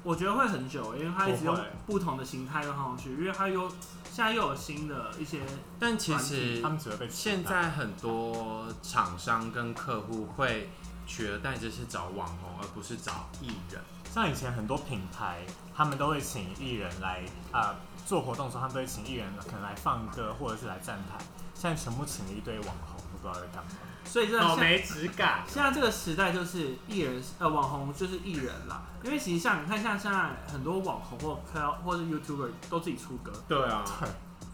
Speaker 1: 我觉得会很久，因为他一直用
Speaker 4: 不会
Speaker 1: 不同的形态让上去，因为他有现在又有新的一些，
Speaker 3: 但其实
Speaker 4: 他们只会被取代
Speaker 3: 现在很多厂商跟客户会取而代之是找网红，而不是找艺人。
Speaker 4: 像以前很多品牌，他们都会请艺人来啊、呃做活动的时候，他们都会请艺人可能来放歌或者是来站台。现在全部请了一堆网红，都不知道在干嘛。
Speaker 1: 所以这
Speaker 2: 好
Speaker 1: 现在
Speaker 2: 哦没质感。
Speaker 1: 现在这个时代就是艺人呃网红就是艺人啦，因为其实像你看像现在很多网红或 KOL 或者 YouTuber 都自己出歌，
Speaker 3: 对啊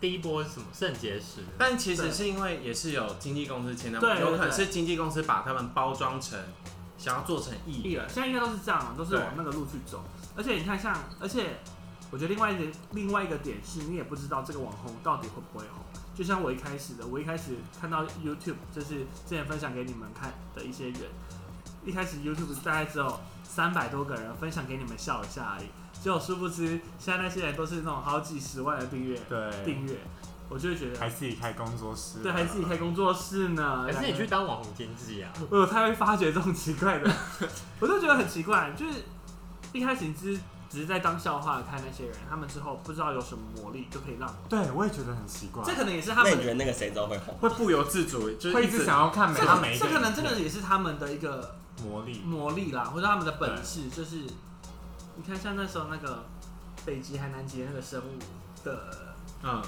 Speaker 2: 第一波是什么？肾结石。
Speaker 3: 但其实是因为也是有经纪公司签的，
Speaker 1: 对对
Speaker 3: 有可能是经纪公司把他们包装成想要做成艺
Speaker 1: 艺
Speaker 3: 人。
Speaker 1: 人现在应该都是这样，啊都是
Speaker 3: 对
Speaker 1: 往那个路去走。而且你看像，而且我觉得另外一点另外一个点是你也不知道这个网红到底会不会红。就像我一开始的，我一开始看到 YouTube，就是之前分享给你们看的一些人，一开始 YouTube 大概只有三百多个人分享给你们笑一下而已，结果殊不知现在那些人都是那种好几十万的订阅
Speaker 4: 对，
Speaker 1: 订阅，我就会觉
Speaker 4: 还
Speaker 1: 得。
Speaker 4: 自己开工作室，啊
Speaker 1: 对，还自己开工作室呢，
Speaker 2: 还是你
Speaker 1: 两个
Speaker 2: 去当网红经纪啊？
Speaker 1: 我有太呃会发掘这种奇怪的， 我就觉得很奇怪，就是一开始你只是只是在当笑话看那些人，他们之后不知道有什么魔力就可以让我，
Speaker 4: 对，我也觉得很奇怪
Speaker 1: 这，可能也是 他
Speaker 5: 那你
Speaker 1: 们，
Speaker 5: 觉得那个谁知道会红？
Speaker 3: 会不由自主，就是
Speaker 4: 会一直想要看每
Speaker 1: 这
Speaker 4: 他每一
Speaker 1: 这
Speaker 4: 个
Speaker 1: 可能真的也是他们的一个
Speaker 4: 魔力。
Speaker 1: 魔力啦，或者他们的本事，就是你看像那时候那个北极还南极的那个生物的
Speaker 3: 嗯，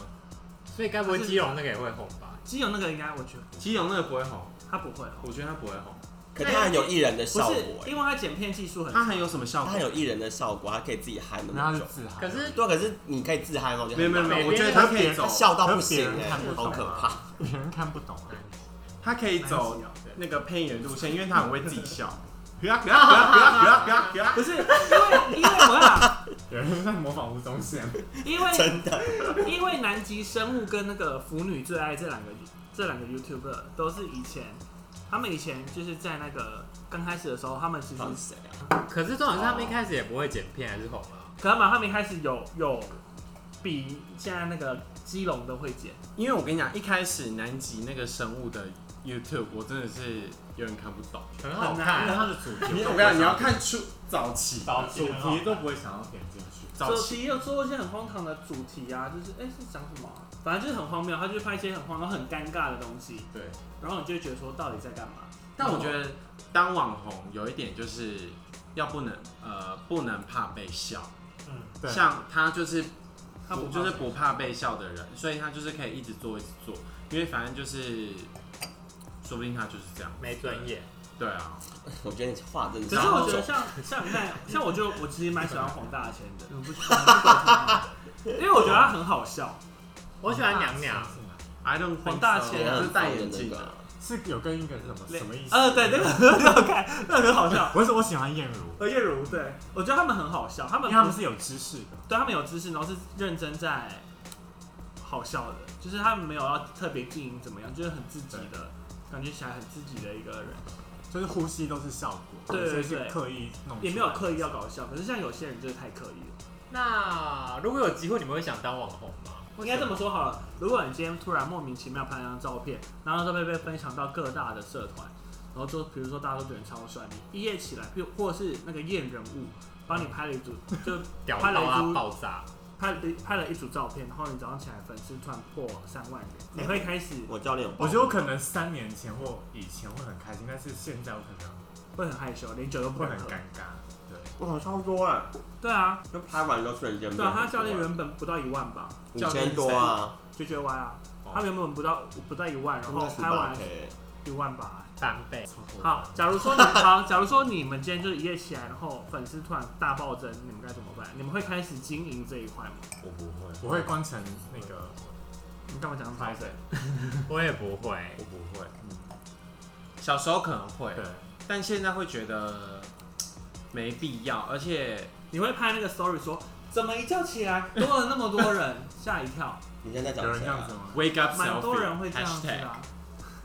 Speaker 2: 所以该不会基隆那个也会红吧？
Speaker 1: 基友那个应该我觉得
Speaker 3: 基隆那个不会红，
Speaker 1: 他不会哦，
Speaker 3: 我觉得他不会红。
Speaker 5: 可他很有艺人的
Speaker 1: 不
Speaker 5: 效
Speaker 1: 是
Speaker 5: 果、欸，
Speaker 1: 因为他剪片技术很
Speaker 3: 他很有什么效
Speaker 5: 哦他
Speaker 3: 果
Speaker 5: 很？有艺人的效果，他可以自己嗨
Speaker 4: 然后
Speaker 5: 那
Speaker 4: 他
Speaker 5: 么
Speaker 4: 就
Speaker 5: 久。
Speaker 4: 自嗨。
Speaker 2: 可是
Speaker 5: 对，可是你可以自嗨吗？我觉得
Speaker 3: 没有没有
Speaker 5: 很棒
Speaker 3: 没有，
Speaker 2: 每
Speaker 3: 我
Speaker 2: 天
Speaker 3: 觉得他可以
Speaker 4: 别
Speaker 3: 走
Speaker 5: 他，笑到不行
Speaker 4: 可是别人
Speaker 5: 哎、
Speaker 4: 看不
Speaker 5: 好
Speaker 4: 懂
Speaker 5: 可怕。
Speaker 4: 别人看不懂啊，
Speaker 3: 他可以
Speaker 1: 难
Speaker 3: 走
Speaker 1: 洗哦
Speaker 3: 那个配演路线，因为他很会自己笑。 不要不要不要不要不要！
Speaker 1: 不是因为因为我要讲
Speaker 4: 有人在模仿吴宗宪。
Speaker 1: 因为
Speaker 5: 真的，
Speaker 1: 因为南极生物跟那个腐女最爱这两个这两个 YouTuber 都是以前，他们以前就是在那个刚开始的时候，他们其实
Speaker 5: 放谁啊？
Speaker 2: 可是重点是他们一开始也不会剪片，还是红啊了。
Speaker 1: 可能嘛，他们一开始有有比现在那个基隆都会剪，
Speaker 3: 因为我跟你讲，一开始南极那个生物的 YouTube，我真的是有点看不懂。
Speaker 2: 很好看，
Speaker 4: 他的主题，
Speaker 3: 你我跟你讲，你要看出早期，
Speaker 4: 导主
Speaker 3: 早
Speaker 4: 题都不会想要点进去。
Speaker 3: 早
Speaker 1: 早
Speaker 3: 期
Speaker 1: 期又做一些很荒唐的主题啊，就是哎、是讲什么啊、反正就是很荒谬，他就拍一些很荒然后很尴尬的东西，
Speaker 3: 对。
Speaker 1: 然后你就会觉得说到底在干嘛？
Speaker 3: 但我觉得当网红有一点就是要不能呃不能怕被笑，
Speaker 1: 嗯，
Speaker 4: 对，
Speaker 3: 像他就是
Speaker 1: 他不
Speaker 3: 不就是不怕被笑的人，所以他就是可以一直做一直做，因为反正就是说不定他就是这样。
Speaker 2: 没专业。
Speaker 3: 对啊，
Speaker 5: 我觉得你话真的
Speaker 1: 可
Speaker 5: 好
Speaker 1: 是我觉得
Speaker 5: 重
Speaker 1: 像像你看，像我就我其实蛮喜欢黄大千的，我不喜欢 黄大千，因为我觉得他很好笑。
Speaker 2: 我喜欢娘娘，
Speaker 3: I don't think
Speaker 1: 黄大千
Speaker 5: 啊
Speaker 3: 就是戴眼镜
Speaker 5: 那
Speaker 3: 的
Speaker 5: 个，啊
Speaker 4: 是有跟一个什么什么意思？
Speaker 1: 呃，对，那个 很好看，那个很好笑。
Speaker 4: 我是我喜欢燕如，
Speaker 1: 呃，叶如，对我觉得他们很好笑，他
Speaker 4: 因
Speaker 1: 们
Speaker 4: 为他们
Speaker 1: 不
Speaker 4: 是有知识的。
Speaker 1: 对他们有知识，然后是认真在好笑的，就是他们没有要特别经营怎么样，就是很自己的。感觉起来很自己的一个人，
Speaker 4: 就是呼吸都是效果，
Speaker 1: 对对
Speaker 4: 所以是
Speaker 1: 对
Speaker 4: 刻意弄出来的，
Speaker 1: 也没有刻意要搞笑。可是像有些人就是太刻意了。
Speaker 2: 那如果有机会，你们会想当网红吗？
Speaker 1: 应该这么说好了，如果你今天突然莫名其妙拍一张照片，然后照片被分享到各大的社团，然后就比如说大家都觉得你超帅，你一夜起来，比如或者是那个验人物帮你拍了一组，就
Speaker 2: 屌
Speaker 1: 他
Speaker 2: 到
Speaker 1: 雷
Speaker 2: 啊
Speaker 1: 猪
Speaker 2: 爆炸，
Speaker 1: 拍了拍了一组照片，然后你早上起来粉丝突然破三万人，你会开始
Speaker 5: 我教练有报
Speaker 4: 我
Speaker 5: 名，
Speaker 4: 觉得我可能三年前或以前会很开心，但是现在我可能
Speaker 1: 会很害羞，连酒都不
Speaker 4: 会
Speaker 1: 敢
Speaker 4: 很
Speaker 1: 喝。
Speaker 4: 尴尬。对，
Speaker 5: 我好像超多哎，
Speaker 1: 对啊，
Speaker 5: 就拍完就瞬间没有
Speaker 1: 对啊，他
Speaker 5: 很多
Speaker 1: 教练
Speaker 5: 了
Speaker 1: 原本不到一万吧，
Speaker 5: 五
Speaker 3: 教练
Speaker 5: 千多啊，
Speaker 1: 就觉得歪啊
Speaker 3: 哦，
Speaker 1: 他原本不到不到一万，然后
Speaker 5: 十
Speaker 1: 拍完
Speaker 5: 八 K，
Speaker 1: 一万吧。
Speaker 2: 翻倍，
Speaker 1: 好，假如 说你好，假如说你们今天就是一夜起来，然后粉丝突然大暴增，你们该怎么办？你们会开始经营这一块吗？
Speaker 3: 我不会，
Speaker 4: 我会关成那个
Speaker 1: 你干嘛讲
Speaker 4: 拍
Speaker 1: 拍
Speaker 4: 水
Speaker 1: 水？，
Speaker 2: 我也不会。
Speaker 3: 我不会。
Speaker 1: 嗯
Speaker 3: 小时候可能会，
Speaker 4: 对，
Speaker 3: 但现在会觉得嗯没必要，而且
Speaker 1: 你会拍那个 story 说怎么一觉起来多了那么多人， 吓一跳，
Speaker 5: 你现在
Speaker 4: 有
Speaker 5: 讲
Speaker 4: 人
Speaker 5: 谁
Speaker 4: 这样
Speaker 5: 啊
Speaker 4: 子？吗？
Speaker 3: wake up
Speaker 1: 蛮多人
Speaker 3: selfie
Speaker 1: 会这样子
Speaker 3: hashtag
Speaker 1: 啊，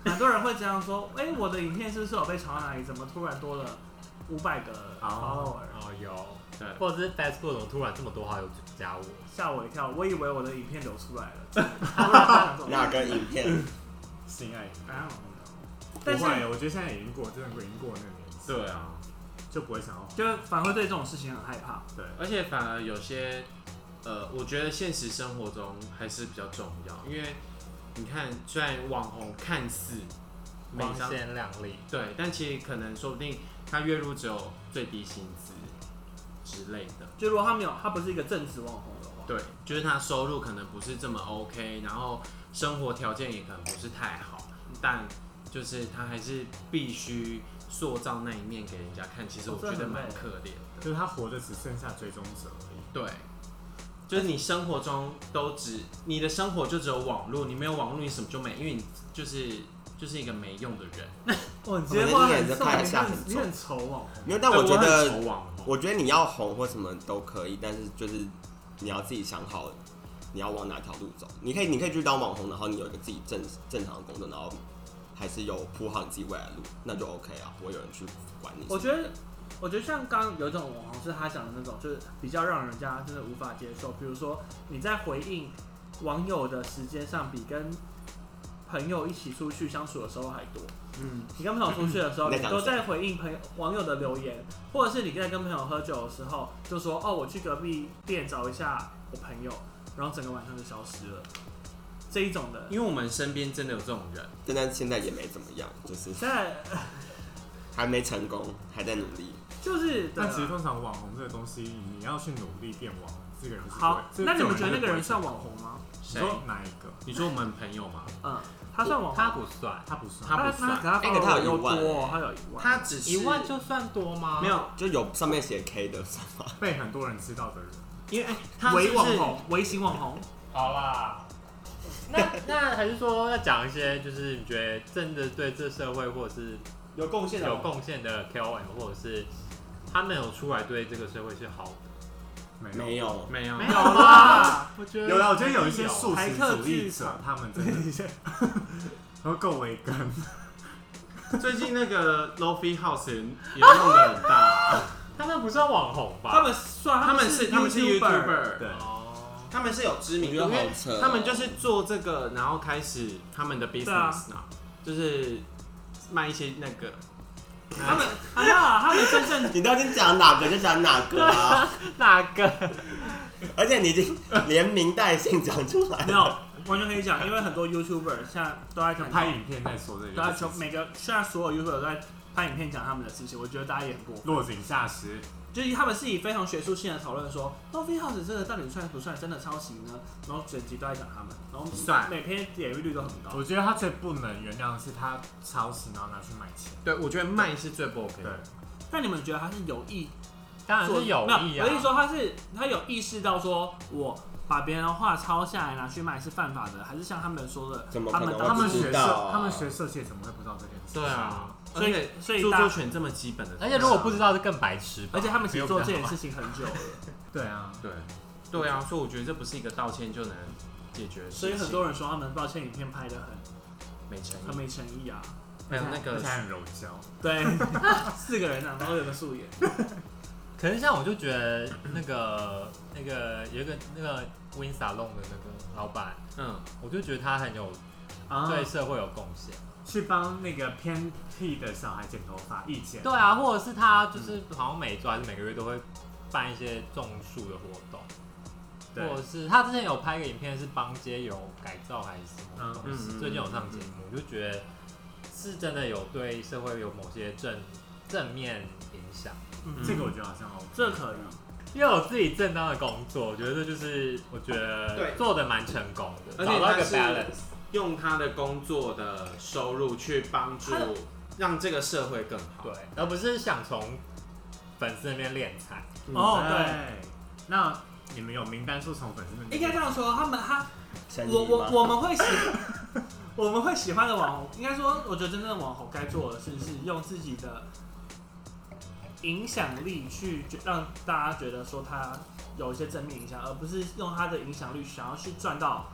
Speaker 1: 蛮多人会这样说，哎、我的影片是不是有被传到哪里？怎么突然多了五百个 follower？
Speaker 4: 哦
Speaker 2: 哦，有，
Speaker 3: 对
Speaker 2: 或者是 Facebook 怎么突然这么多好友加我？
Speaker 1: 吓我一跳，我以为我的影片流出来了，突 然想说
Speaker 5: 那跟影片，
Speaker 4: 性爱
Speaker 1: 哎呀
Speaker 4: 不
Speaker 1: 但
Speaker 4: 会，
Speaker 1: 是
Speaker 4: 我觉得现在已经过，真的已经过那个年纪，
Speaker 3: 对啊，
Speaker 4: 就不会想要
Speaker 1: 就反而会对这种事情很害怕。
Speaker 4: 对。
Speaker 3: 而且反而有些，呃，我觉得现实生活中还是比较重要，因为你看，虽然网红看似每
Speaker 2: 光
Speaker 3: 张
Speaker 2: 鲜亮丽，
Speaker 3: 对，但其实可能说不定他月入只有最低薪资之类的，
Speaker 1: 就如果他没有，他不是一个正职网红的话，
Speaker 3: 对，就是他收入可能不是这么 OK，然后生活条件也可能不是太好，但就是他还是必须塑造那一面给人家看，其实我
Speaker 1: 哦这
Speaker 3: 觉得
Speaker 1: 很
Speaker 3: 蛮
Speaker 1: 累
Speaker 3: 可怜的。
Speaker 4: 就是他活着只剩下追踪者而已。
Speaker 3: 对，就是你生活中都只你的生活就只有网络，你没有网络你什么就没，因为你就是就是一个没用的人。
Speaker 1: 哇，哦你今天话很
Speaker 5: 我的脸是
Speaker 1: 重，
Speaker 5: 看
Speaker 1: 你
Speaker 5: 一下
Speaker 1: 很
Speaker 5: 很
Speaker 1: 你
Speaker 5: 重
Speaker 1: 很愁哦。
Speaker 5: 没有，但我
Speaker 3: 对
Speaker 5: 觉
Speaker 3: 哎很
Speaker 5: 得
Speaker 3: 愁网红
Speaker 5: 我觉得你要红或什么都可以，但是就是你要自己想好你要往哪条路走。你可以，你可以去当网红，然后你有一个自己正正常的工作，然后还是有铺好你自己未来的路，那就 OK 啊，不会有人去管你。
Speaker 1: 我觉得，我觉得像刚刚有一种网红是他讲的那种，就是比较让人家真的无法接受。比如说你在回应网友的时间上，比跟朋友一起出去相处的时候还多。
Speaker 3: 嗯，
Speaker 1: 你跟朋友出去的时候，
Speaker 5: 你
Speaker 1: 你
Speaker 5: 在讲
Speaker 1: 都在回应朋友网友的留言，或者是你在跟朋友喝酒的时候，就说哦，我去隔壁店找一下我朋友，然后整个晚上就消失了。这一种的，
Speaker 3: 因为我们身边真的有这种人，
Speaker 5: 但但现在也没怎么样，就是
Speaker 1: 现在
Speaker 5: 还没成功，还在努力。
Speaker 1: 就是啊
Speaker 4: 但其实通常网红这个东西，你要去努力变网红，这个人是不会
Speaker 1: 好，
Speaker 4: 这
Speaker 1: 那你们
Speaker 4: 这
Speaker 1: 觉得
Speaker 4: 种
Speaker 1: 那个人
Speaker 4: 是不
Speaker 1: 算
Speaker 4: 会
Speaker 1: 网红吗？
Speaker 4: 你
Speaker 3: 谁？
Speaker 4: 说哪一个？
Speaker 3: 你说我们朋友吗？
Speaker 1: 嗯，他算网红，
Speaker 2: 他不算，
Speaker 4: 他不算，
Speaker 3: 他
Speaker 1: 他
Speaker 3: 不算
Speaker 1: 他可他
Speaker 5: 哎可他
Speaker 1: follower
Speaker 5: 有
Speaker 1: 又
Speaker 5: 一万
Speaker 1: 多
Speaker 5: 哎
Speaker 1: 哦，他有一万，
Speaker 3: 他只是
Speaker 2: 一万就算多吗？
Speaker 3: 没，有，
Speaker 5: 就有上面写 K 的算吗？
Speaker 4: 被很多人知道的人。
Speaker 3: 因为哎他是
Speaker 1: 微
Speaker 3: 不
Speaker 1: 网
Speaker 3: 是
Speaker 1: 红，微型网红，
Speaker 2: 好啦。那那还是说要讲一些，就是你觉得真的对这社会或者是
Speaker 5: 有贡献
Speaker 2: 有贡献的 KOL，或者是他们有出来对这个社会是好的，
Speaker 4: 没有，
Speaker 5: 没有，
Speaker 3: 没
Speaker 2: 没
Speaker 3: 有
Speaker 1: 有啦。
Speaker 2: 我觉得
Speaker 4: 有啦，我觉得有一些
Speaker 2: 有
Speaker 4: 素
Speaker 1: 台
Speaker 4: 食
Speaker 1: 客
Speaker 4: 主义
Speaker 1: 剧
Speaker 4: 者
Speaker 1: 场，
Speaker 4: 他们真的 都够维根。
Speaker 3: 最近那个 Lofi House 也也弄得很大啊，
Speaker 2: 他们不算网红吧？
Speaker 1: 他们算
Speaker 3: 他们
Speaker 1: 是
Speaker 3: 是他们是
Speaker 1: YouTuber，
Speaker 3: YouTuber，
Speaker 4: 对，
Speaker 2: 哦，
Speaker 3: 他们是有知名度，
Speaker 5: 我觉
Speaker 3: 因
Speaker 5: 得好
Speaker 3: 为
Speaker 5: 扯哦
Speaker 3: 他们就是做这个，然后开始他们的 business 呢，就是卖一些那个，
Speaker 1: 他们还好，他们真正
Speaker 5: 你都已经讲哪个就讲哪个啊，
Speaker 2: 哪个？
Speaker 5: 而且你已经连名带姓讲出来
Speaker 1: 没
Speaker 5: 了。
Speaker 1: 有完全可以讲，因为很多 YouTuber 现在都在讲
Speaker 4: 拍影片在说这
Speaker 1: 对啊，
Speaker 4: 个
Speaker 1: 就
Speaker 4: 事情，
Speaker 1: 每个虽然所有 YouTuber 都在拍影片讲他们的事情，我觉得大家也很过分，
Speaker 4: 落井下石。
Speaker 1: 就是他们是以非常学术性的讨论说哦 l o f i House 这个到底算不算真的抄袭呢？然后整集都在讲他们，然后
Speaker 3: 算
Speaker 1: 每篇点阅率都很高。
Speaker 4: 我觉得他最不能原谅的是他抄袭，然后拿去卖钱。
Speaker 3: 对我觉得卖是最不 OK
Speaker 4: 对
Speaker 3: 的。，
Speaker 1: 但你们觉得他是有意
Speaker 2: 当然
Speaker 1: 做
Speaker 2: 是有
Speaker 1: 没
Speaker 2: 意啊。
Speaker 1: 我跟你说，他是他有意识到说我把别人的话抄下来拿去卖是犯法的，还是像他们说的，
Speaker 5: 怎么
Speaker 1: 他
Speaker 5: 可
Speaker 1: 们
Speaker 5: 能
Speaker 1: 当
Speaker 5: 我
Speaker 4: 他们
Speaker 5: 不
Speaker 4: 学
Speaker 5: 知道
Speaker 4: 设，
Speaker 5: 啊
Speaker 4: 他们学设计怎么会不知道这件事？
Speaker 3: 对，啊，而
Speaker 1: 所以
Speaker 3: 且
Speaker 1: 所以
Speaker 3: 著
Speaker 1: 大
Speaker 3: 作权这么基本的东西，
Speaker 2: 而且如果不知道，就更白痴吧。
Speaker 1: 而且他们其实做这
Speaker 2: 没有比
Speaker 1: 件
Speaker 2: 较
Speaker 1: 事情很久了，
Speaker 4: 对啊，
Speaker 3: 对对啊，所以我觉得这不是一个道歉就能解决的事
Speaker 1: 所以
Speaker 3: 情，
Speaker 1: 很多人说他们抱歉影片拍的很
Speaker 3: 没诚
Speaker 1: 很
Speaker 3: 意，
Speaker 1: 没诚意啊。
Speaker 3: 还有那
Speaker 4: 而
Speaker 3: 个
Speaker 4: 且还很柔焦。
Speaker 1: 对，四个人啊，然后有个素颜，
Speaker 2: 可是像我就觉得那个那个有一个那个 Win Salon 的那个老板，
Speaker 3: 嗯，
Speaker 2: 我就觉得他很有
Speaker 4: 啊
Speaker 2: 对社会有贡献。
Speaker 4: 去帮那个偏僻的小孩剪头发，意见。
Speaker 2: 对啊，或者是他就是好像每周还是每个月都会办一些种树的活动，
Speaker 4: 对
Speaker 2: 或者是他之前有拍一个影片是帮街友改造还是什么
Speaker 4: 嗯
Speaker 2: 东西，
Speaker 3: 嗯嗯
Speaker 2: 最近有上节目，我就觉得是真的有对社会有某些正正面影响，
Speaker 4: 嗯这个我觉得好像 OK，
Speaker 1: 这可以。
Speaker 2: 又有自己正当的工作，我觉得这就是我觉得
Speaker 5: 对
Speaker 2: 做的蛮成功的，
Speaker 3: 而且
Speaker 2: 找到一
Speaker 3: 他
Speaker 2: 个
Speaker 3: 是
Speaker 2: balance。
Speaker 3: 用他的工作的收入去帮助
Speaker 1: 他的
Speaker 3: 让这个社会更好。
Speaker 2: 对，而不是想从粉丝那边敛财。
Speaker 1: 哦
Speaker 4: 对。哎那你们有名单说从粉丝那边
Speaker 1: 应该这样说，他们他
Speaker 5: 前
Speaker 1: 我
Speaker 5: 几
Speaker 1: 我
Speaker 5: 吗
Speaker 1: 我们会喜 我们会喜欢的网红，应该说，我觉得真正的网红该做的事是用自己的影响力去觉让大家觉得说他有一些正面影响，而不是用他的影响力想要去赚到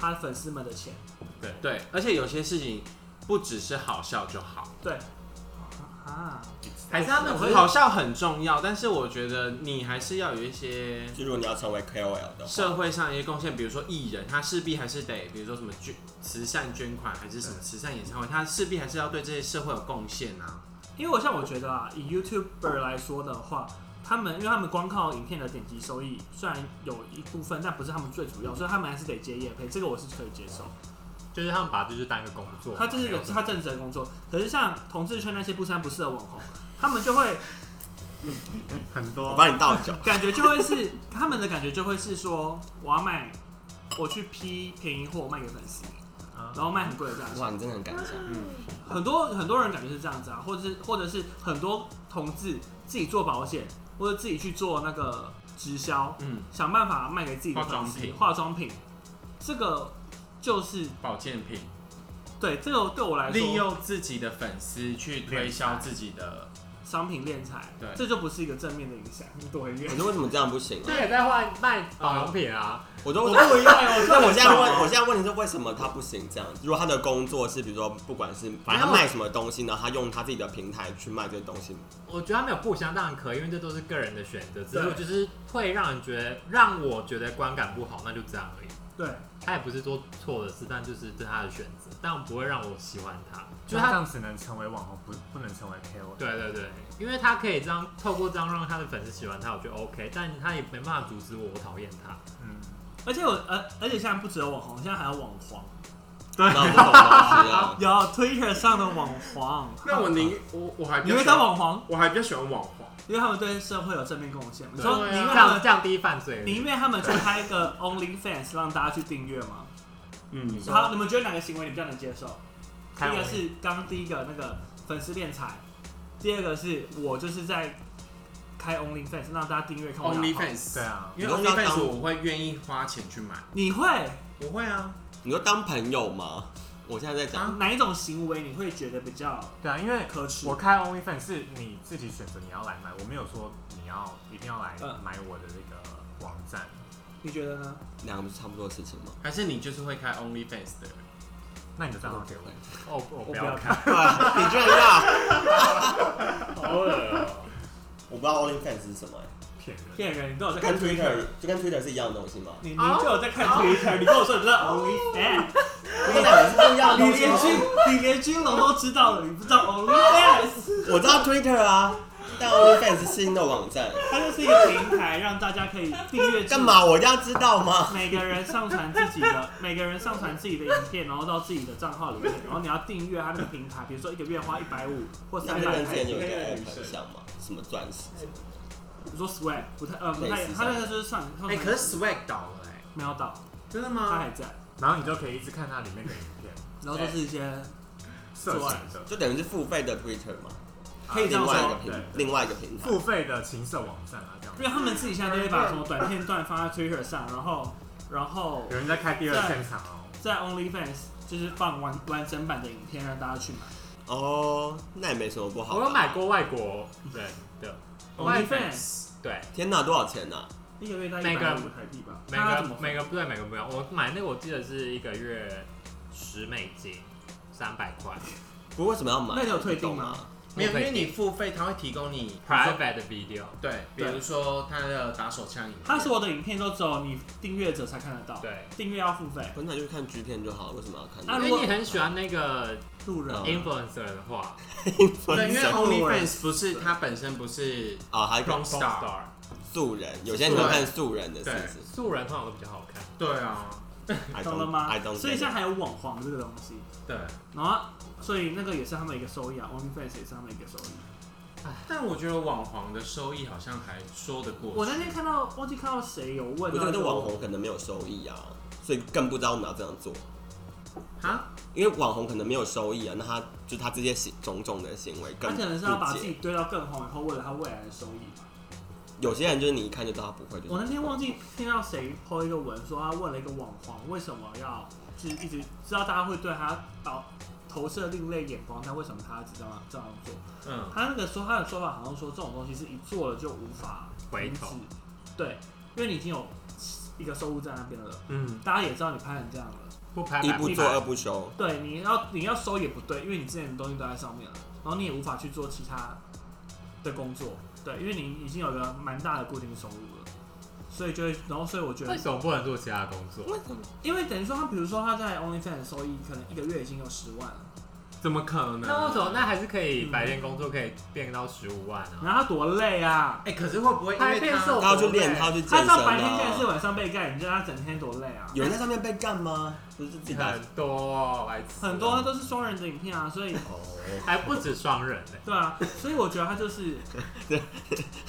Speaker 1: 他粉丝们的钱。
Speaker 3: 对，而且有些事情不只是好笑就好，
Speaker 1: 对，啊，
Speaker 3: 还是他们好笑很重要，但是我觉得你还是要有一些
Speaker 5: 就如果你要成为 KOL 的话，
Speaker 3: 社会上的一些贡献，比如说艺人，他势必还是得，比如说什么捐慈善捐款，还是什么慈善演唱会，他势必还是要对这些社会有贡献啊。
Speaker 1: 因为我像我觉得啊，以 YouTuber 来说的话，他们因为他们光靠影片的点击收益，虽然有一部分，但不是他们最主要，所以他们还是得接业配，这个我是可以接受。
Speaker 2: 就是他们把这就是当一个工作，
Speaker 1: 他就是有他正职的工作，可是像同志圈那些不三不四的网红，他们就会
Speaker 4: 很
Speaker 5: 我
Speaker 4: 多，
Speaker 5: 帮你倒酒。
Speaker 1: 感觉就会是他们的感觉就会是说，我要卖，我去批便宜货卖给粉丝，
Speaker 4: 啊
Speaker 1: 然后卖很贵的价钱。
Speaker 5: 哇，你真的很敢讲。
Speaker 1: 很多很多人感觉是这样子啊，或者是或者是很多同志自己做保险，或者自己去做那个直销，
Speaker 3: 嗯，
Speaker 1: 想办法卖给自己的
Speaker 3: 化妆
Speaker 1: 粉丝
Speaker 3: 品
Speaker 1: 化妆品，这个就是
Speaker 3: 保健品，
Speaker 1: 对这个对我来
Speaker 3: 利
Speaker 1: 说，
Speaker 3: 用自己的粉丝去推销自己的，
Speaker 1: 商品敛财
Speaker 3: 对，
Speaker 1: 这就不是一个正面的影响，你躲很远
Speaker 5: 可。是为什么这样不行啊
Speaker 2: 这？也在换卖保养品啊，
Speaker 5: 我都
Speaker 1: 我
Speaker 5: 我
Speaker 1: 不一样， 我
Speaker 5: 那我现在问，我现在问题是为什么他不行这样？如果他的工作是，比如说不管是反正他卖什么东西呢，他用他自己的平台去卖这些东西，
Speaker 2: 我觉得他们有不相当可以，因为这都是个人的选择，只是就
Speaker 1: 对
Speaker 2: 是会让人觉得让我觉得观感不好，那就这样而已。
Speaker 1: 对，
Speaker 2: 他也不是做错的事，但就是对他的选择，但不会让我喜欢他。就
Speaker 4: 就
Speaker 2: 他
Speaker 4: 他这样只能成为网红，不不能成为 KOL。
Speaker 2: 对对对，因为他可以这样透过这样让他的粉丝喜欢他，我觉得 OK，但他也没办法阻止我，我讨厌他。
Speaker 4: 嗯，
Speaker 1: 而且我呃，而且现在不只有网红，现在还有网黄，
Speaker 5: 那不懂东西啊。
Speaker 1: 有 Twitter 上的网黄。
Speaker 3: 那我宁我我还
Speaker 1: 你会当网黄，
Speaker 3: 我还比较喜欢网红，
Speaker 1: 因为他们对社会有正面贡献。你
Speaker 2: 对
Speaker 1: 说
Speaker 2: 啊
Speaker 1: 宁愿他
Speaker 2: 降
Speaker 1: 们，
Speaker 2: 降低犯罪率，
Speaker 1: 宁愿他们去开一个 OnlyFans 让大家去订阅吗？
Speaker 3: 嗯，
Speaker 1: 好，你们觉得哪个行为你比较能接受？第
Speaker 4: 开
Speaker 1: 一个
Speaker 4: 网
Speaker 1: 是刚第一个那个粉丝敛财，第二个是我就是在开 OnlyFans 让大家订阅
Speaker 3: 哦
Speaker 1: 看我打炮
Speaker 3: OnlyFans，
Speaker 4: 对，啊，
Speaker 3: 因为
Speaker 5: 你说要
Speaker 3: OnlyFans
Speaker 5: 当
Speaker 3: 我会愿意花钱去买，
Speaker 1: 你会
Speaker 3: 我会啊，
Speaker 5: 你说当朋友吗？我现在在讲，
Speaker 1: 哪一种行为你会觉得比较
Speaker 4: 对啊，因为
Speaker 1: 可耻
Speaker 4: 我？开 OnlyFans 是你自己选择你要来买，我没有说你要一定要来
Speaker 1: 嗯
Speaker 4: 买我的那个网站。
Speaker 1: 你觉得呢？
Speaker 5: 两个不是差不多的事 情吗？
Speaker 3: 还是你就是会开 OnlyFans 的人，
Speaker 4: 那你的账号给我，
Speaker 2: 哦，我
Speaker 1: 我
Speaker 2: 不
Speaker 1: 不要
Speaker 2: 要
Speaker 1: 看
Speaker 2: 看，
Speaker 5: 对，你居然要？
Speaker 2: 好恶哦。
Speaker 5: 我不知道 OnlyFans 是什么、欸，
Speaker 4: 骗人。
Speaker 1: 骗人！你都有在
Speaker 5: 就
Speaker 1: 看
Speaker 5: 跟
Speaker 1: Twitter，
Speaker 5: Twitter 就跟 Twitter 是一样的东西吗？
Speaker 1: 你你就有在看 Twitter，你跟我说你知道 OnlyFans，
Speaker 5: 这两个是不一样的
Speaker 1: 你
Speaker 5: 东西
Speaker 1: 连
Speaker 5: 吗。
Speaker 1: 军你连军龙都知道了，你不知道 OnlyFans，
Speaker 5: 我知道 Twitter 啊，但 OnlyFans 是新的网站，
Speaker 1: 它就是一个平台，让大家可以订阅。
Speaker 5: 干？嘛我一定要知道吗？
Speaker 1: 每个人上传自己的，每个人上传自己的影片，然后到自己的账号里面，然后你要订阅它那个平台，比如说一个月花一百五或
Speaker 5: 那
Speaker 1: 三
Speaker 5: 不是
Speaker 1: 百
Speaker 5: 跟之
Speaker 1: 台
Speaker 5: 前
Speaker 1: 币。
Speaker 5: 有一个 app 很像吗？什么钻石？
Speaker 1: 你说 Swag 不太呃不太
Speaker 5: 类，似
Speaker 1: 它那个就是上上
Speaker 3: 哎，
Speaker 1: 传
Speaker 3: 可是 Swag 倒了哎，
Speaker 1: 没有到，
Speaker 3: 真的
Speaker 1: 它
Speaker 3: 吗
Speaker 1: 还？在，
Speaker 4: 然后你就可以一直看它里面的影片，
Speaker 1: 然后都是一些
Speaker 4: 色情的，
Speaker 5: 就等于是付费的 Twitter 嘛，
Speaker 1: 可以这
Speaker 5: 另
Speaker 1: 样
Speaker 5: 外一
Speaker 1: 说
Speaker 5: 个，平
Speaker 4: 对
Speaker 5: 另外一个平台。
Speaker 4: 付费的情色网站啊，这样
Speaker 1: 因。为他们自己现在都会把什么短片段放在 Twitter 上，然后然后
Speaker 4: 有人在开第二现场哦，
Speaker 1: 在 OnlyFans 就是放完完整版的影片让大家去买。
Speaker 5: 哦，那也没什么不好。
Speaker 2: 我有买。过外国人的
Speaker 1: OnlyFans
Speaker 2: 对，
Speaker 5: 天哪，多少钱呢？
Speaker 1: 一个月大概
Speaker 2: 每
Speaker 1: 一
Speaker 2: 个
Speaker 1: 百五台币吧，
Speaker 2: 每
Speaker 1: 看他怎
Speaker 2: 个
Speaker 1: 么分
Speaker 2: 每个不对每个不一样。我买那个我记得是一个月十美金，三百块
Speaker 5: 不过为什么要买？
Speaker 1: 那你有退订吗
Speaker 5: 我不懂啊？
Speaker 3: 没有，因为你付费，他会提供你
Speaker 2: private 的 video。
Speaker 1: 哦
Speaker 3: 对，比
Speaker 1: 对
Speaker 3: 如说他的打手枪影片，
Speaker 1: 他所有的影片都只有你订阅者才看得到，
Speaker 2: 对，
Speaker 1: 订阅要付费。
Speaker 5: 本来就看 G 片就好，为什么要看？
Speaker 1: 那
Speaker 2: 因
Speaker 1: 如
Speaker 2: 为
Speaker 1: 果
Speaker 2: 你很喜欢那个
Speaker 1: 路人
Speaker 5: 嗯
Speaker 2: influencer 的话
Speaker 3: 对，因为
Speaker 5: Influencer
Speaker 3: OnlyFans 不是他本身不是
Speaker 5: 啊，还
Speaker 2: ，porn
Speaker 3: porn star，
Speaker 2: star，
Speaker 5: 素人，有些人喜欢看素人的，是
Speaker 3: 对
Speaker 5: 不是
Speaker 2: 素人通常都比较好看。
Speaker 3: 对啊，
Speaker 5: ？I
Speaker 1: 懂了
Speaker 5: don't,
Speaker 1: 吗
Speaker 5: I don't。
Speaker 1: 所以
Speaker 5: get
Speaker 1: 现在
Speaker 5: it。
Speaker 1: 还有网黄这个东西，
Speaker 3: 对。
Speaker 1: 然后所以那个也是他们一个收益啊，OnlyFans 也是他们一个收益。
Speaker 3: 但我觉得网黄的收益好像还说得过去。
Speaker 1: 我那天看到忘记看到谁有问
Speaker 5: 我
Speaker 1: 到
Speaker 5: 觉得
Speaker 1: 说
Speaker 5: 网红可能没有收益啊，所以更不知道我们要这样做，
Speaker 3: 啊，
Speaker 5: 因为网红可能没有收益啊，那他就他这些行种种的行为
Speaker 1: 他
Speaker 5: 更
Speaker 1: 可能是要把
Speaker 5: 不
Speaker 1: 自己
Speaker 5: 解。
Speaker 1: 堆到更红以后，为了他未来的收益嘛。
Speaker 5: 有些人就是你一看就知道他不会，就是
Speaker 1: 我那天忘记听到谁 po 一个文说，他问了一个网黄为什么要就是一直知道大家会对他导投射另类眼光，但为什么他要一直这样这样做？
Speaker 3: 嗯，
Speaker 1: 他那个说他的说法好像说这种东西是一做了就无法
Speaker 2: 回
Speaker 1: 停止
Speaker 2: 头，
Speaker 1: 对，因为你已经有一个收入在那边了，
Speaker 2: 嗯，
Speaker 1: 大家也知道你拍成这样了，
Speaker 2: 不拍
Speaker 5: 一
Speaker 2: 白
Speaker 5: 不
Speaker 2: 拍
Speaker 5: 做二不休，
Speaker 1: 对，你要你要收也不对，因为你之前的东西都在上面了，然后你也无法去做其他的工作，对，因为你已经有个蛮大的固定收入了，所以就会，然后所以我觉得
Speaker 2: 为，什么不能做其他工作？
Speaker 1: 因为等于说他，比如说他在 OnlyFans 的收益可能一个月已经有十万了，
Speaker 3: 怎么可能？
Speaker 2: 那为什么？那还是可
Speaker 1: 嗯
Speaker 2: 以白天工作可以变到十五万啊？
Speaker 1: 然后他多累啊！
Speaker 3: 哎、可是会不会因
Speaker 2: 拍
Speaker 3: 为
Speaker 2: 片是
Speaker 3: 他
Speaker 2: 有
Speaker 5: 他要去
Speaker 2: 多累
Speaker 5: 练，他要去健
Speaker 1: 他
Speaker 5: 身
Speaker 1: 到白天竟然是
Speaker 5: 啊。
Speaker 1: 晚上被干，你知道他整天多累啊？
Speaker 5: 有人在上面被干吗？不是自己打
Speaker 2: 很多，哦白痴
Speaker 1: 很多都是双人的影片啊，所以
Speaker 5: 哦，
Speaker 2: 还不止双人呢、
Speaker 1: 对啊，所以我觉得他就是